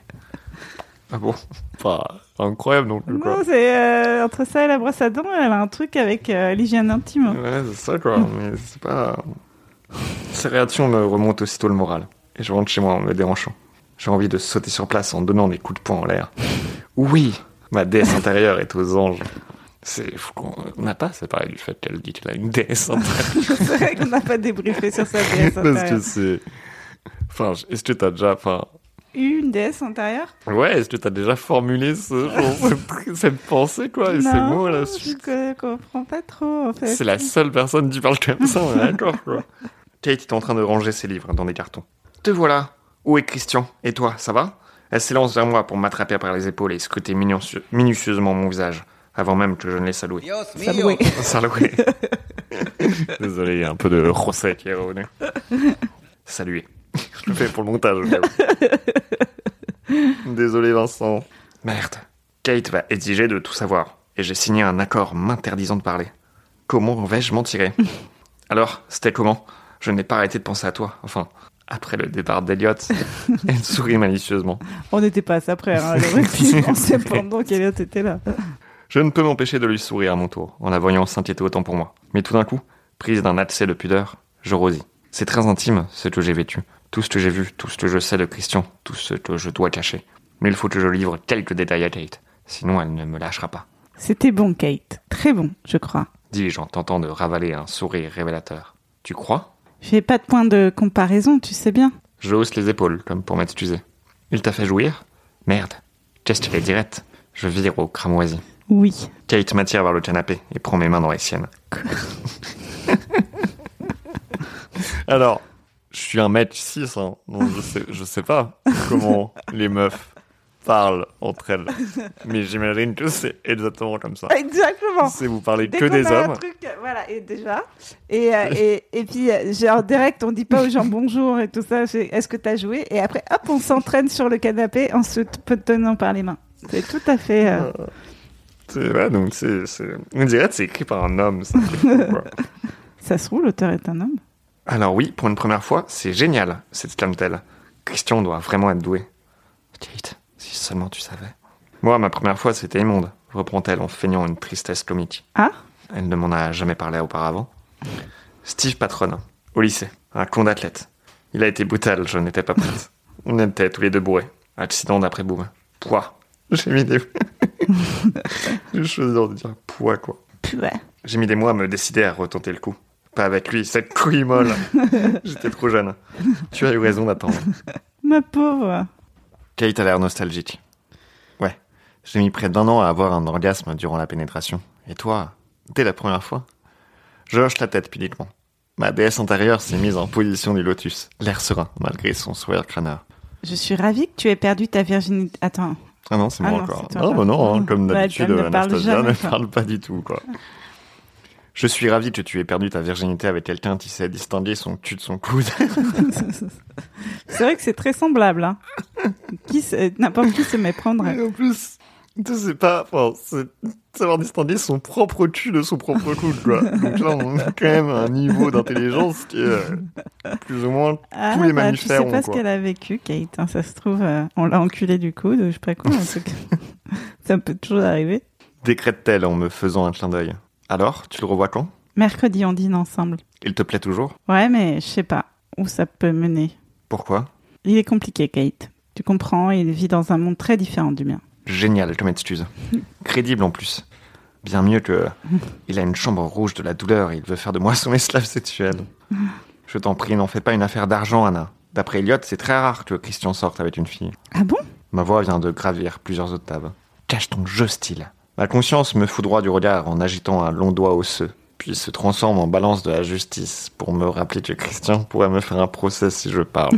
A: Ah bon Pas incroyable non plus,
C: Non, c'est euh, entre ça et la brosse à dents, elle a un truc avec euh, l'hygiène
A: <laughs>
C: intime. hein. <laughs>
A: Ouais, c'est ça, quoi. Mais c'est pas... Ces réactions me remontent aussitôt le moral. Et je rentre chez moi en me déhanchant. J'ai envie de sauter sur place en donnant des coups de poing en l'air. Oui Ma déesse intérieure est aux anges. C'est fou qu'on on n'a pas séparé du fait qu'elle dit qu'elle a une déesse intérieure.
C: c'est vrai qu'on n'a pas débriefé sur sa déesse
A: Parce que
C: intérieure.
A: c'est... Enfin, est-ce que t'as déjà... Enfin,
C: Une déesse intérieure
A: Ouais, est-ce que t'as déjà formulé ce, genre, <laughs> cette- cette pensée, quoi, et ces
C: Non,
A: mots, là
C: Je ne comprends pas trop, en fait.
A: C'est la seule personne qui parle comme ça, on est d'accord, quoi. <laughs> Kate est en train de ranger ses livres dans des cartons. Te voilà Où est Christian Et toi, ça va Elle s'élance vers moi pour m'attraper par les épaules et scruter minutieuse- minutieusement mon visage, avant même que je ne l'ai salué.
D: Dios mío.
C: Ça me- oui.
A: Salué <laughs> Désolé, il y a un peu de rosset qui est revenu. Salué. Je le fais pour le montage. au <laughs> cas où. Désolé Vincent. Merde. Kate va exiger de tout savoir. Et j'ai signé un accord m'interdisant de parler. Comment vais-je m'en <laughs> tirer Alors, c'était comment Je n'ai pas arrêté de penser à toi. Enfin, après le départ d'Eliot, <laughs> elle sourit malicieusement.
C: On n'était pas à ça près, hein, le
A: <laughs>
C: on sait pendant qu'elle était là.
A: Je ne peux m'empêcher de lui sourire à mon tour, en la voyant s'inquiéter autant pour moi. Mais tout d'un coup, prise d'un accès de pudeur, je rosis. C'est très intime, ce que j'ai vécu, tout ce que j'ai vu, tout ce que je sais de Christian, tout ce que je dois cacher. Mais il faut que je livre quelques détails à Kate, sinon elle ne me lâchera pas.
C: C'était bon, Kate. Très bon, je crois.
A: Dis-je en tentant de ravaler un sourire révélateur. Tu crois
C: J'ai pas de point de comparaison, tu sais bien.
A: Je hausse les épaules, comme pour m'excuser. Il t'a fait jouir Merde. Qu'est-ce qu'il est direct Je vire au cramoisi.
C: Oui.
A: Kate m'attire vers le canapé et prend mes mains dans les siennes. Alors, je suis un mètre 6, hein, donc je sais, je sais pas comment les meufs parlent entre elles. Mais j'imagine que c'est exactement comme ça.
C: <laughs> Exactement.
A: C'est vous parlez
C: Dès
A: que
C: qu'on
A: des
C: a un
A: hommes.
C: truc, euh, voilà, et déjà.
A: <laughs>
C: Et, euh, et, et puis, euh, genre, direct, on dit pas aux gens bonjour et tout ça. c'est, Est-ce que t'as joué Et après, hop, on s'entraîne sur le canapé en se t- tenant par les mains. C'est tout à fait. euh,
A: C'est- ouais, donc c'est, c'est- On dirait que c'est écrit par un homme. ça. Ouais.
C: Ça se trouve, l'auteur est un homme.
A: <laughs> Alors oui, pour une première fois, c'est génial, s'exclame-t-elle. Christian doit vraiment être doué. Kate, si seulement tu savais. Moi, ma première fois, c'était immonde, reprend-elle en feignant une tristesse comique.
C: Ah
A: Elle ne m'en a jamais parlé auparavant. Steve patronne, au lycée, un con d'athlète. Il a été brutal, je n'étais pas prête. On était tous les deux bourrés. Accident d'après boum. Poids. J'ai mis des... <laughs> J'ai choisi de dire poids, quoi.
C: Ouais.
A: J'ai mis des mois à me décider à retenter le coup. Pas avec lui, cette couille
C: <laughs>
A: molle. J'étais trop jeune. Tu as eu raison d'attendre.
C: Ma pauvre.
A: Kate a l'air nostalgique. Ouais, j'ai mis près d'un an à avoir un orgasme durant la pénétration. Et toi, dès la première fois Je hoche la tête pudiquement. Ma déesse intérieure s'est mise en position du lotus, l'air serein, malgré son sourire crâneur.
C: Je suis ravie que tu aies perdu ta virginité. Attends. <laughs>
A: Ah non, c'est
C: Ah
A: moi
C: non,
A: encore.
C: c'est toi,
A: Non,
C: toi.
A: bah non, hein, comme
C: Bah,
A: d'habitude,
C: elle ne parle
A: Anastasia ne
C: jamais, quoi.
A: parle pas du tout, quoi. Je suis ravi que tu aies perdu ta virginité avec quelqu'un qui sait distinguer son cul de son coude.
C: c'est vrai que c'est très semblable. Hein. Qui se- euh, N'importe qui se méprendrait.
A: Et en plus, tu sais pas, enfin, c'est savoir distinguer son propre cul de son propre coude, quoi. Donc là, on a quand même un niveau d'intelligence qui est euh, plus ou moins.
C: Ah,
A: Tous les
C: bah,
A: mammifères
C: Tu sais
A: ont,
C: pas ce
A: quoi.
C: qu'elle a vécu, Kate. hein, ça se trouve, euh, on l'a enculée du coude, je sais pas quoi. un truc. <laughs> ça peut toujours arriver.
A: Décrète-t-elle en me faisant un clin d'œil. Alors, tu le revois quand
C: Mercredi, on dîne ensemble.
A: Il te plaît toujours
C: Ouais, mais je sais pas où ça peut mener.
A: Pourquoi
C: Il est compliqué, Kate. Tu comprends, il vit dans un monde très différent du mien.
A: Génial comme excuse. Crédible en plus. Bien mieux que. Il a une chambre rouge de la douleur et il veut faire de moi son esclave sexuel. Je t'en prie, n'en fais pas une affaire d'argent, Anna. D'après Elliot, c'est très rare que Christian sorte avec une fille.
C: Ah bon
A: Ma voix vient de gravir plusieurs octaves. Cache ton jeu, style. Ma conscience me foudroie du regard en agitant un long doigt osseux, puis se transforme en balance de la justice pour me rappeler que Christian pourrait me faire un procès si je <laughs> parle.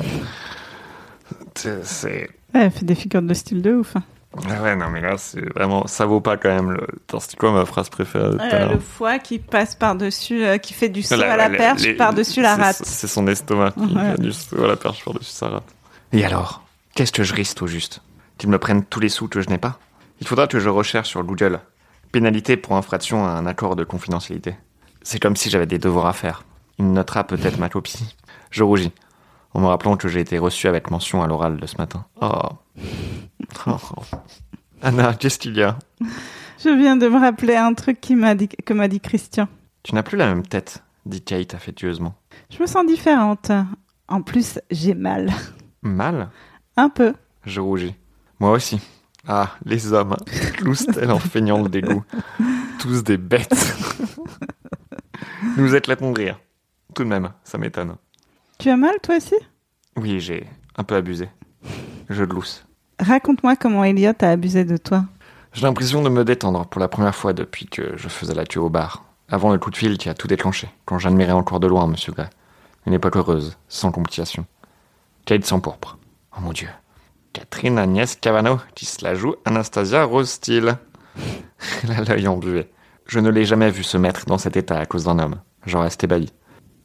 A: C'est- c'est.
C: Ouais, Elle fait des figures de style de ouf. hein.
A: Ah ouais, non, mais là, c'est vraiment. Ça vaut pas quand même. Le... Attends, C'était quoi ma phrase préférée de tout à
C: Euh,
A: l'heure
C: le foie qui passe par-dessus, euh, qui fait du saut
A: La-
C: à la
A: la-
C: perche,
A: les-
C: par-dessus la
A: c'est-
C: rate.
A: C'est son estomac qui
C: Ouais.
A: vient du saut à la perche par-dessus sa rate. Et alors Qu'est-ce que je risque au juste Qu'ils me prennent tous les sous que je n'ai pas Il faudra que je recherche sur Google. Pénalité pour infraction à un accord de confidentialité. C'est comme si j'avais des devoirs à faire. Il notera peut-être ma copie. Je rougis, en me rappelant que j'ai été reçu avec mention à l'oral de ce matin. <laughs> Oh. Oh. Anna, qu'est-ce qu'il y a
C: Je viens de me rappeler un truc qui m'a dit, que m'a dit Christian.
A: Tu n'as plus la même tête, dit Kate affectueusement.
C: Je me sens différente. En plus, j'ai mal.
A: Mal
C: Un peu.
A: Je rougis. Moi aussi. Ah, les hommes, cloussent-elles en feignant le dégoût. Tous des bêtes. Nous éclatons de rire. Tout de même, ça m'étonne.
C: Tu as mal, toi aussi
A: Oui, j'ai un peu abusé. Je glousse.
C: Raconte-moi comment Elliot a abusé de toi.
A: J'ai l'impression de me détendre pour la première fois depuis que je faisais la tue au bar. Avant le coup de fil qui a tout déclenché, quand j'admirais encore de loin Monsieur Gray. Une époque heureuse, sans complications. Kate s'empourpre. Oh mon dieu. Catherine Agnès Cavano, qui se la joue Anastasia Rose Steele. <laughs> Elle a l'œil embué. Je ne l'ai jamais vue se mettre dans cet état à cause d'un homme. J'en reste ébahi.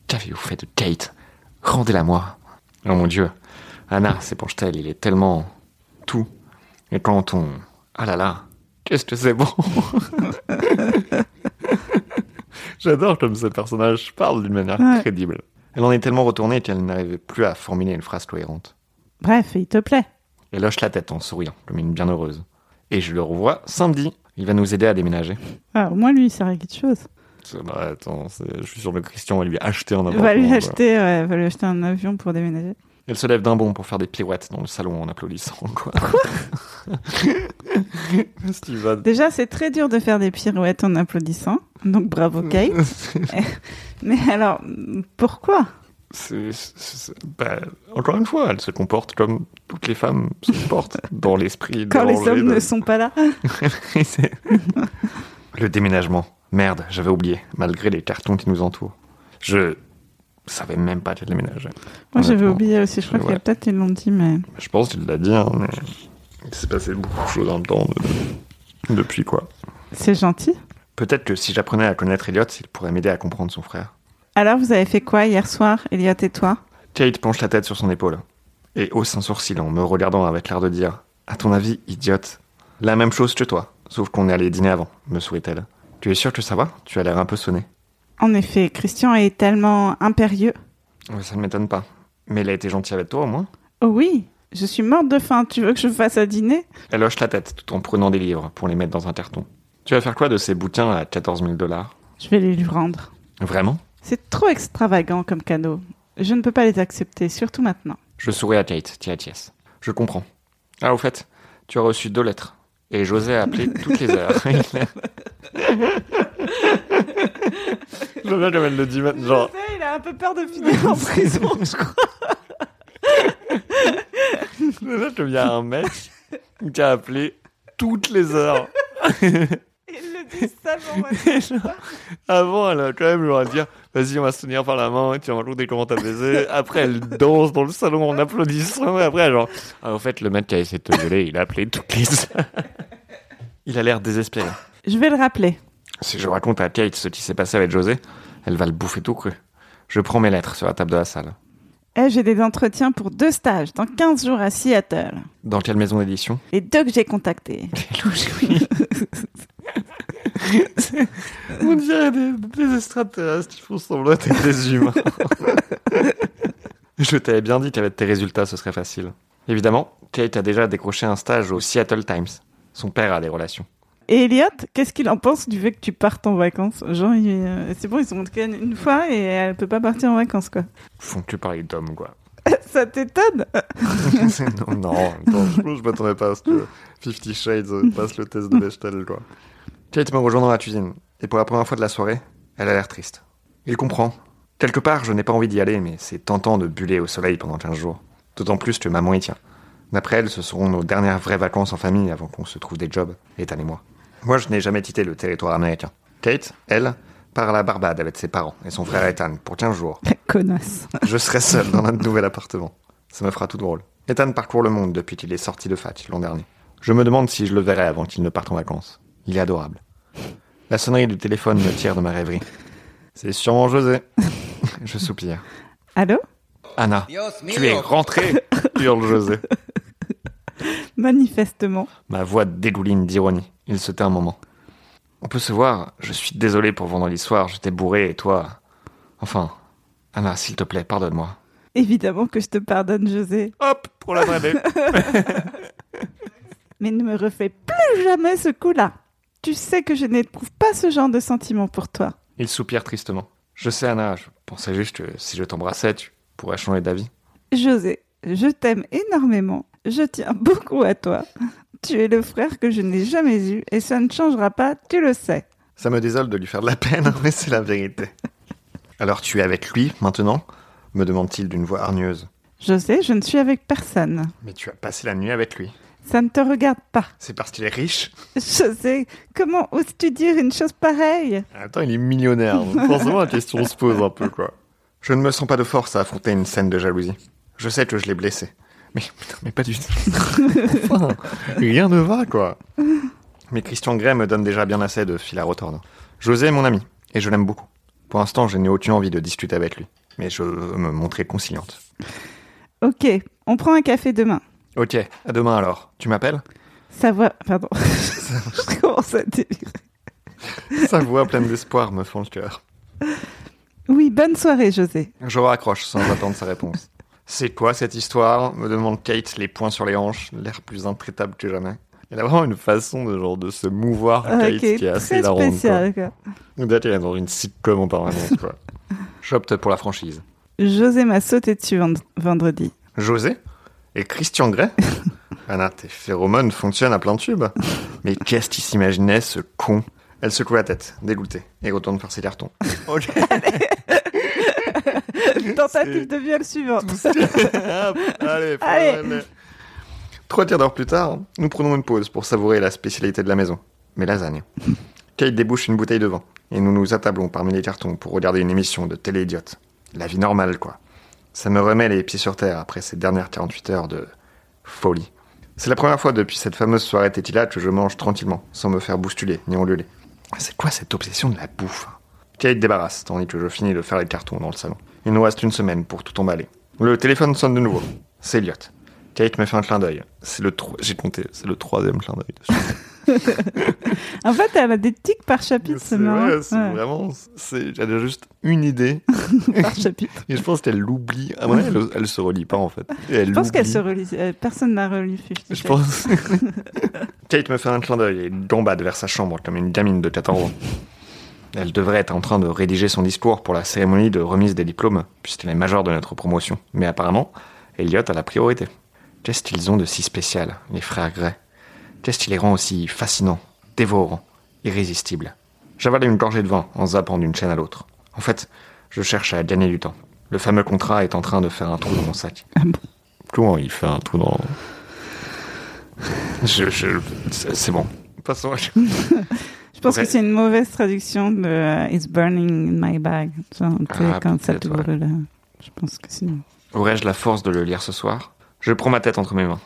A: Qu'avez-vous fait de Kate Rendez-la moi. Oh mon dieu. Anna, s'épanche-t-elle, il est tellement. tout. Et quand on. Ah là là, qu'est-ce que c'est bon <laughs> J'adore comme ce personnage parle d'une manière
C: Ouais.
A: crédible. Elle en est tellement retournée qu'elle n'arrivait plus à formuler une phrase cohérente.
C: Bref, il te plaît.
A: Elle hoche la tête en souriant, comme une bienheureuse. Et je le revois samedi. Il va nous aider à déménager.
C: Ah, au moins, lui, il sert à quelque chose.
A: C'est- bah, attends, c'est- je suis sûr que Christian va lui acheter un
C: Va lui,
A: appartement,
C: acheter, ouais, va lui acheter un avion pour déménager.
A: Elle se lève d'un bond pour faire des pirouettes dans le salon en applaudissant. <laughs> Quoi Steven.
C: Déjà, c'est très dur de faire des pirouettes en applaudissant. Donc bravo Kate. Mais alors, pourquoi
A: C'est- c'est- c'est- bah, encore une fois, elle se comporte comme toutes les femmes se comportent dans l'esprit.
C: Quand les
A: dérangé
C: hommes
A: de-
C: ne sont pas là
A: C'est- <laughs> le déménagement. Merde, j'avais oublié, malgré les cartons qui nous entourent. Je savais même pas qu'elle déménageait.
C: Moi, j'avais
A: Honnêtement.
C: oublié aussi. Je crois qu'il y a
A: Ouais.
C: peut-être ils l'ont dit, mais...
A: Je pense qu'il l'a dit, hein, mais il s'est passé beaucoup de choses en même temps de- depuis quoi.
C: C'est gentil.
A: Peut-être que si j'apprenais à connaître Elliot, il pourrait m'aider à comprendre son frère.
C: Alors, vous avez fait quoi hier soir, Elliot et toi
A: Kate penche la tête sur son épaule et hausse un sourcil en me regardant avec l'air de dire À ton avis, idiote La même chose que toi, sauf qu'on est allé dîner avant, me sourit-elle. Tu es sûr que ça va Tu as l'air un peu sonné.
C: En effet, Christian est tellement impérieux.
A: Ouais, Ça ne m'étonne pas. Mais il a été gentil avec toi au moins
C: Oh oui, je suis morte de faim. Tu veux que je fasse à dîner
A: Elle hoche la tête tout en prenant des livres pour les mettre dans un carton. Tu vas faire quoi de ces bouquins à 14 000 dollars
C: Je vais les lui rendre.
A: Vraiment
C: C'est trop extravagant comme cadeau. Je ne peux pas les accepter, surtout maintenant.
A: Je souris à Kate, THS. Je comprends. Ah, au fait, tu as reçu deux lettres. Et José a appelé toutes les heures. <laughs> J'aime bien comme elle le dit maintenant. Genre,
C: il a un peu peur de finir en prison.
A: je crois. J'aime bien comme il y a un mec qui a appelé toutes les heures.
C: Il le dit savant.
A: Et genre, Avant, elle a quand même genre, à dire Vas-y, on va se tenir par la main, tu vas me des comment t'as baisé. Après, elle danse dans le salon en applaudissant. Et après, elle genre Ah, En fait, le mec qui a essayé de te violer, il a appelé toutes les heures. <laughs> Il a l'air désespéré.
C: Je vais le rappeler.
A: Si je raconte à Kate ce qui s'est passé avec José, elle va le bouffer tout cru. Je prends mes lettres sur la table de la salle.
C: Eh, j'ai des entretiens pour deux stages dans 15 jours à Seattle.
A: Dans quelle maison d'édition
C: Les deux que j'ai contactés.
A: On dirait des, des extraterrestres qui font semblant <laughs> d'être des humains. Je t'avais bien dit qu'avec tes résultats, ce serait facile. Évidemment, Kate a déjà décroché un stage au Seattle Times. Son père a des relations.
C: Et Elliot, qu'est-ce qu'il en pense du fait que tu partes en vacances Genre, il- euh, c'est bon, ils sont montés une fois et elle peut pas partir en vacances, quoi.
A: Font que parler d'hommes, quoi.
C: Ça t'étonne
A: non, non, <laughs> attends, je, je m'attendais pas à ce que Fifty Shades euh, passe le test de Bechtel, quoi. Kate me rejoint dans la cuisine, et pour la première fois de la soirée, elle a l'air triste. Il comprend. Quelque part, je n'ai pas envie d'y aller, mais c'est tentant de buller au soleil pendant 15 jours. D'autant plus que maman y tient. D'après elle, ce seront nos dernières vraies vacances en famille avant qu'on se trouve des jobs, Ethan et moi. Moi, je n'ai jamais quitté le territoire américain. Kate, elle, part à la Barbade avec ses parents et son frère Ethan pour 15 jours.
C: La connasse.
A: Je serai seul dans notre nouvel appartement. Ça me fera tout drôle. Ethan parcourt le monde depuis qu'il est sorti de fac l'an dernier. Je me demande si je le verrai avant qu'il ne parte en vacances. Il est adorable. La sonnerie du téléphone me tire de ma rêverie. C'est sûrement José. <laughs> Je soupire.
C: Allô
A: Anna,
D: Dios mío.
A: tu es rentrée hurle José.
C: Manifestement.
A: Ma voix dégouline d'ironie. Il se tait un moment. On peut se voir. Je suis désolé pour vendredi soir. J'étais bourré et toi. Enfin, Anna, s'il te plaît, pardonne-moi.
C: Évidemment que je te pardonne, José.
A: Hop, pour la main
C: Mais ne me refais plus jamais ce coup-là. Tu sais que je n'éprouve pas ce genre de sentiment pour toi.
A: Il soupire tristement. Je sais, Anna, je pensais juste que si je t'embrassais, tu pourrais changer d'avis.
C: José, je t'aime énormément. Je tiens beaucoup à toi. Tu es le frère que je n'ai jamais eu et ça ne changera pas, tu le sais.
A: Ça me désole de lui faire de la peine, <laughs> mais c'est la vérité. Alors tu es avec lui maintenant me demande-t-il d'une voix hargneuse.
C: José, je ne suis avec personne.
A: Mais tu as passé la nuit avec lui.
C: Ça ne te regarde pas.
A: C'est parce qu'il est riche
C: José, comment oses-tu dire une chose pareille
A: Attends, il est millionnaire. donc Forcément, la question se pose un peu, quoi. Je ne me sens pas de force à affronter une scène de jalousie. Je sais que je l'ai blessé. Mais putain, mais pas du <laughs> tout. Enfin, rien ne va, quoi. Mais Christian Grey me donne déjà bien assez de fil à retordre. José est mon ami, et je l'aime beaucoup. Pour l'instant, je n'ai aucune envie de discuter avec lui. Mais je veux me montrer conciliante.
C: Ok, on prend un café demain.
A: Ok, à demain alors. Tu m'appelles
C: Ça va... Pardon, <laughs> je commence à délirer.
A: Sa voix pleine d'espoir me fend le cœur.
C: Oui, bonne soirée, José.
A: Je raccroche sans attendre sa réponse. C'est quoi cette histoire me demande Kate, les poings sur les hanches, l'air plus intraitable que jamais. Elle a vraiment une façon de genre de se mouvoir, Kate,
C: Ah, Ok,
A: qui est assez
C: très
A: la
C: spécial. quoi.
A: On dirait qu'elle est dans une sitcom
C: <laughs>
A: en permanence, quoi. J'opte pour la franchise.
C: José m'a sauté dessus vend- vendredi.
A: José et Christian <laughs> Grey Anna, tes phéromones fonctionnent à plein tube. Mais qu'est-ce qu'il s'imaginait, ce con Elle secoue la tête, dégoûtée, et retourne faire ses <laughs> cartons. Ok.
C: Tentative de viol suivante.
A: Hop, allez, faut
C: Allez.
A: le- Trois tirs d'heure plus tard, nous prenons une pause pour savourer la spécialité de la maison, mes lasagnes. Kate débouche une bouteille de vin, et nous nous attablons parmi les cartons pour regarder une émission de télé-idiote. La vie normale, quoi. Ça me remet les pieds sur terre après ces dernières 48 heures de folie. C'est la première fois depuis cette fameuse soirée Tétila que je mange tranquillement, sans me faire boustuler ni onduler. C'est quoi cette obsession de la bouffe Kate débarrasse, tandis que je finis de faire les cartons dans le salon. Il nous reste une semaine pour tout emballer. Le téléphone sonne de nouveau. C'est Elliot. Kate me fait un clin d'œil. C'est le tro- j'ai compté, c'est le troisième clin <laughs> d'œil.
C: <laughs> En fait, elle a des tics par chapitre,
A: C'est
C: c'est marrant.
A: vrai, c'est
C: Ouais,
A: vraiment, c'est, j'avais juste une idée
C: par chapitre.
A: et je pense qu'elle l'oublie. À mon avis, elle, elle se relie pas en fait. Et elle
C: Je pense qu'elle
A: l'oublie.
C: se relit. euh, Personne n'a relu Fifty
A: Je <laughs>
C: Shades.
A: pense. Kate me fait un clin d'œil et gambade vers sa chambre comme une gamine de 14 ans. Elle devrait être en train de rédiger son discours pour la cérémonie de remise des diplômes, puisqu'elle est majeure de notre promotion. Mais apparemment, Elliot a la priorité. Qu'est-ce qu'ils ont de si spécial, les frères Gray Qu'est-ce qui les rend aussi fascinants, dévorants, irrésistibles J'avalais une gorgée de vin en zappant d'une chaîne à l'autre. En fait, je cherche à gagner du temps. Le fameux contrat est en train de faire un trou dans mon sac.
C: Ah bon
A: Comment il fait un trou dans... Je, je- c'est c'est bon. Passons.
C: Je pense
A: Ouais.
C: que c'est une mauvaise traduction de euh, It's burning in my bag. Genre, tu sais,
A: Ah,
C: quand ça
A: peut-être,
C: te
A: ouais.
C: brûle, euh, Je pense que sinon.
A: Aurais-je la force de le lire ce soir Je prends ma tête entre mes mains.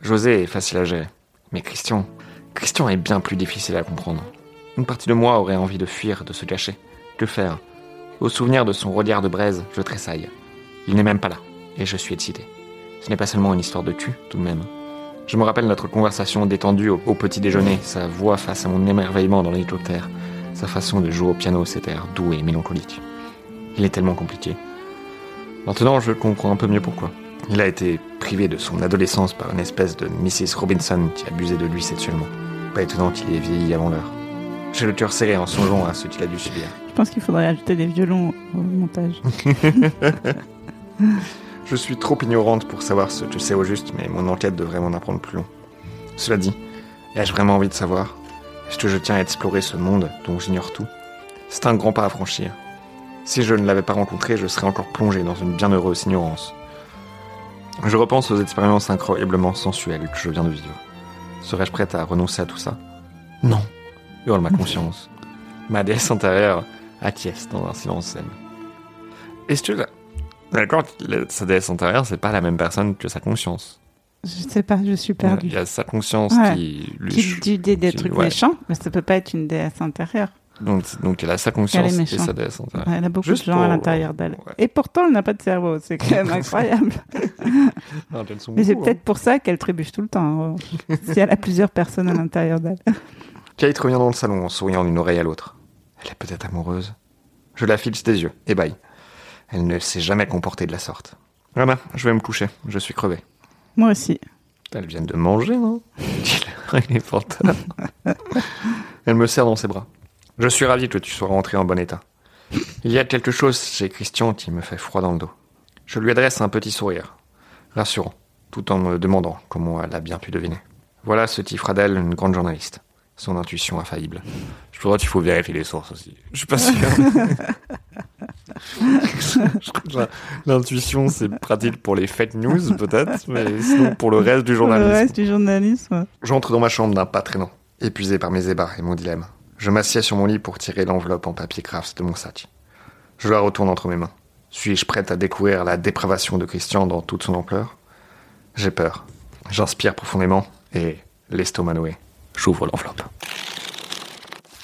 A: José est facile à gérer. Mais Christian, Christian est bien plus difficile à comprendre. Une partie de moi aurait envie de fuir, de se cacher. Que faire Au souvenir de son regard de braise, je tressaille. Il n'est même pas là, et je suis excité. Ce n'est pas seulement une histoire de cul, tout de même. Je me rappelle notre conversation détendue au, au petit déjeuner, sa voix face à mon émerveillement dans l'hélicoptère, sa façon de jouer au piano, cet air doux et mélancolique. Il est tellement compliqué. Maintenant, je comprends un peu mieux pourquoi. Il a été privé de son adolescence par une espèce de Mrs. Robinson qui abusait de lui sexuellement. Pas étonnant qu'il ait vieilli avant l'heure. J'ai le cœur serré en songeant à ce qu'il a dû subir.
C: Je pense qu'il faudrait ajouter des violons au montage.
A: Je suis trop ignorante pour savoir ce que c'est au juste, mais mon enquête devrait m'en apprendre plus long. Cela dit, ai-je vraiment envie de savoir Est-ce que je tiens à explorer ce monde dont j'ignore tout C'est un grand pas à franchir. Si je ne l'avais pas rencontré, je serais encore plongé dans une bienheureuse ignorance. Je repense aux expériences incroyablement sensuelles que je viens de vivre. Serais-je prête à renoncer à tout ça Non hurle ma conscience. Ma déesse intérieure acquiesce dans un silence sain. Est-ce que la- D'accord, le- sa déesse intérieure, c'est pas la même personne que sa conscience.
C: Je sais pas, je suis
A: Il
C: perdue.
A: y a sa conscience
C: Ouais.
A: qui lui.
C: Qui dit des, des
A: qui-
C: trucs
A: ouais.
C: méchants, mais ça peut pas être une déesse intérieure.
A: Donc, donc elle a sa conscience
C: Elle est
A: et
C: méchante.
A: sa déesse intérieure.
C: Elle a beaucoup
A: Bah, Juste
C: de gens à
A: pour-
C: l'intérieur d'elle.
A: ouais.
C: Et pourtant, elle n'a pas de cerveau. C'est
A: <laughs>
C: quand même incroyable.
A: Non, elles sont
C: Mais c'est
A: beaucoup, hein.
C: peut-être pour ça qu'elle trébuche tout le temps. en revanche.
A: <laughs>
C: si elle a plusieurs personnes à l'intérieur d'elle.
A: Kate revient dans le salon en souriant d'une oreille à l'autre. Elle est peut-être amoureuse. Je la fixe des yeux, et bye. Elle ne s'est jamais comportée de la sorte. Voilà, je vais me coucher, je suis crevé.
C: Moi aussi.
A: Elle vient de manger, non <laughs> Il est fantasme. Elle me serre dans ses bras. Je suis ravi que tu sois rentré en bon état. Il y a quelque chose chez Christian qui me fait froid dans le dos. Je lui adresse un petit sourire, rassurant, tout en me demandant comment elle a bien pu deviner. Voilà ce qui fera d'elle une grande journaliste. Son intuition infaillible. Je crois qu'il faut vérifier les sources aussi. Je suis pas sûr. <laughs> Je crois que la- L'intuition, c'est pratique pour les fake news, peut-être, mais sinon pour le reste du
C: Pour le
A: journalisme.
C: reste du journalisme.
A: J'entre dans ma chambre d'un pas traînant, épuisé par mes ébats et mon dilemme. Je m'assieds sur mon lit pour tirer l'enveloppe en papier kraft de mon sac. Je la retourne entre mes mains. Suis-je prête à découvrir la dépravation de Christian dans toute son ampleur J'ai peur. J'inspire profondément et, l'estomac noué, j'ouvre l'enveloppe.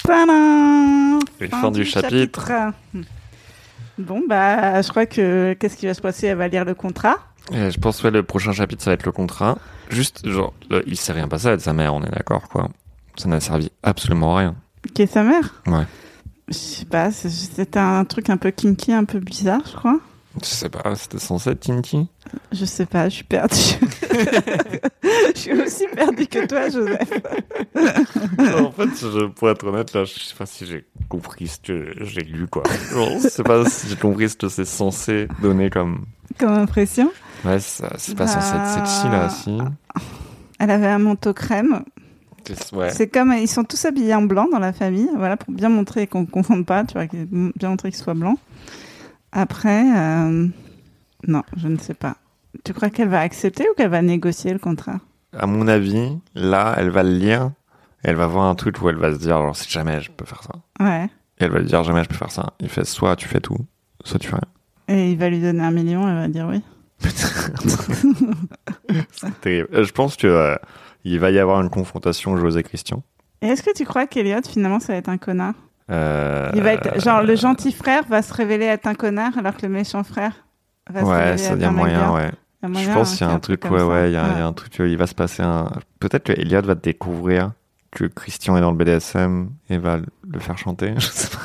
C: Tadam
A: Une fin du chapitre.
C: Bon, bah, je crois que qu'est-ce qui va se passer Elle va lire le contrat.
A: Et je pense que le prochain chapitre, ça va être le contrat. Juste, genre, le- il s'est rien passé avec sa mère, on est d'accord, quoi. Ça n'a servi absolument à rien.
C: Qui est sa mère
A: Ouais.
C: Je sais pas, c'est- c'était un truc un peu kinky, un peu bizarre, je crois.
A: Je sais pas, c'était censé être Tinky
C: Je sais pas, je suis perdue. je suis aussi perdue que toi, Joseph.
A: en fait, je, pour être honnête, là, je sais pas si j'ai compris ce que j'ai lu, quoi. Genre, Je sais pas si j'ai compris ce que c'est censé donner comme.
C: Comme impression.
E: Ouais, ça- c'est pas censé être sexy
A: Bah,
E: là, si.
C: Elle avait un manteau crème.
E: C'est- Ouais.
C: C'est comme ils sont tous habillés en blanc dans la famille, voilà pour bien montrer qu'on ne confonde pas, tu vois, qu'ils- bien montrer qu'ils soient blancs. Après, euh, non, je ne sais pas. Tu crois qu'elle va accepter ou qu'elle va négocier le contrat
E: À mon avis, là, elle va le lire. Elle va voir un truc où elle va se dire, genre, si jamais je peux faire ça.
C: Ouais.
E: Et elle va lui dire, jamais je peux faire ça. Il fait soit tu fais tout, soit tu fais rien.
C: Et il va lui donner un million, elle va dire oui.
E: C'est <laughs> terrible. Euh, Je pense que euh, il va y avoir une confrontation José Christian.
C: <laughs> Et est-ce que tu crois qu'Eliott finalement ça va être un connard
E: Euh,
C: Il va être genre le gentil frère va se révéler être un connard alors que le méchant frère va se
E: Ouais,
C: révéler
E: ça
C: être
E: y a
C: un mec bien.
E: moyen, ouais.
C: Il y a
E: Je
C: moyen,
E: pense qu'il y
C: hein,
E: a un
C: qu'il
E: truc,
C: comme
E: ouais,
C: ça.
E: ouais, il y, a il y a un truc, euh, il va se passer un. Peut-être que Elliot va découvrir que Christian est dans le BDSM et va le- le faire chanter. <laughs> Je sais
C: <laughs>
E: pas.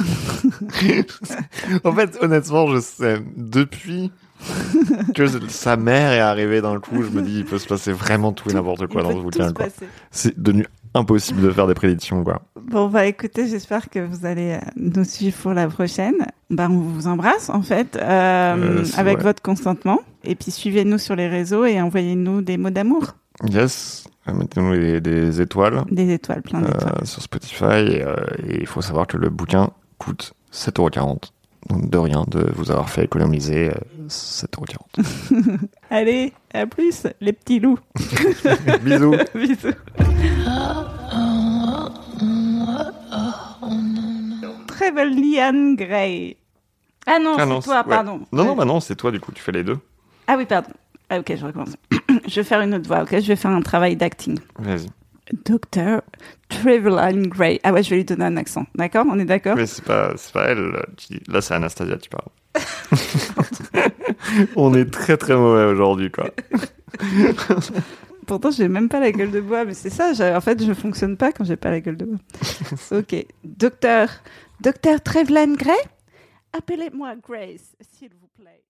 E: Je sais- en fait, honnêtement, je sais. Depuis que sa mère est arrivée dans le coup, je me dis, il peut se passer vraiment tout et n'importe
C: Il
E: quoi dans
C: peut
E: ce
C: tout
E: bouquin.
C: se
E: quoi.
C: passer.
E: C'est devenu impossible de faire des prédictions, quoi.
C: Bon, bah écoutez, j'espère que vous allez euh, nous suivre pour la prochaine. Bah, on vous embrasse en fait, euh,
E: Euh, c'est
C: avec
E: vrai.
C: votre consentement. Et puis suivez-nous sur les réseaux et envoyez-nous des mots d'amour,
E: Yes, euh, mettez-nous des, des étoiles
C: des étoiles, plein
E: euh,
C: d'étoiles.
E: sur Spotify. Et euh, et il faut savoir que le bouquin coûte 7,40€. Donc de rien de vous avoir fait économiser euh, 7,40€. Euh.
C: Allez, à plus, les petits loups.
E: <laughs> Bisous
C: <laughs> Bisous. Très belle Liane Gray. Ah non,
E: Ah non,
C: c'est toi,
E: c'est- ouais.
C: pardon.
E: Non, non, bah non, c'est toi du coup, tu fais les deux.
C: Ah oui, pardon. Ah ok, je recommence. <clears throat> je vais faire une autre voix, ok Je vais faire un travail d'acting.
E: Vas-y.
C: Docteur Treveline Gray. Ah ouais, je vais lui donner un accent. D'accord On est d'accord
E: Mais c'est pas, c'est pas elle. euh, qui- Là, c'est Anastasia
C: <laughs>
E: qui parle. <laughs> On est très très mauvais aujourd'hui, quoi.
C: Pourtant, j'ai même pas la gueule de bois, mais c'est ça. j'ai- En fait, je fonctionne pas quand j'ai pas la gueule
E: <laughs>
C: de bois. ok. Docteur, Docteur Treveline Gray Appelez-moi Grace, s'il vous plaît.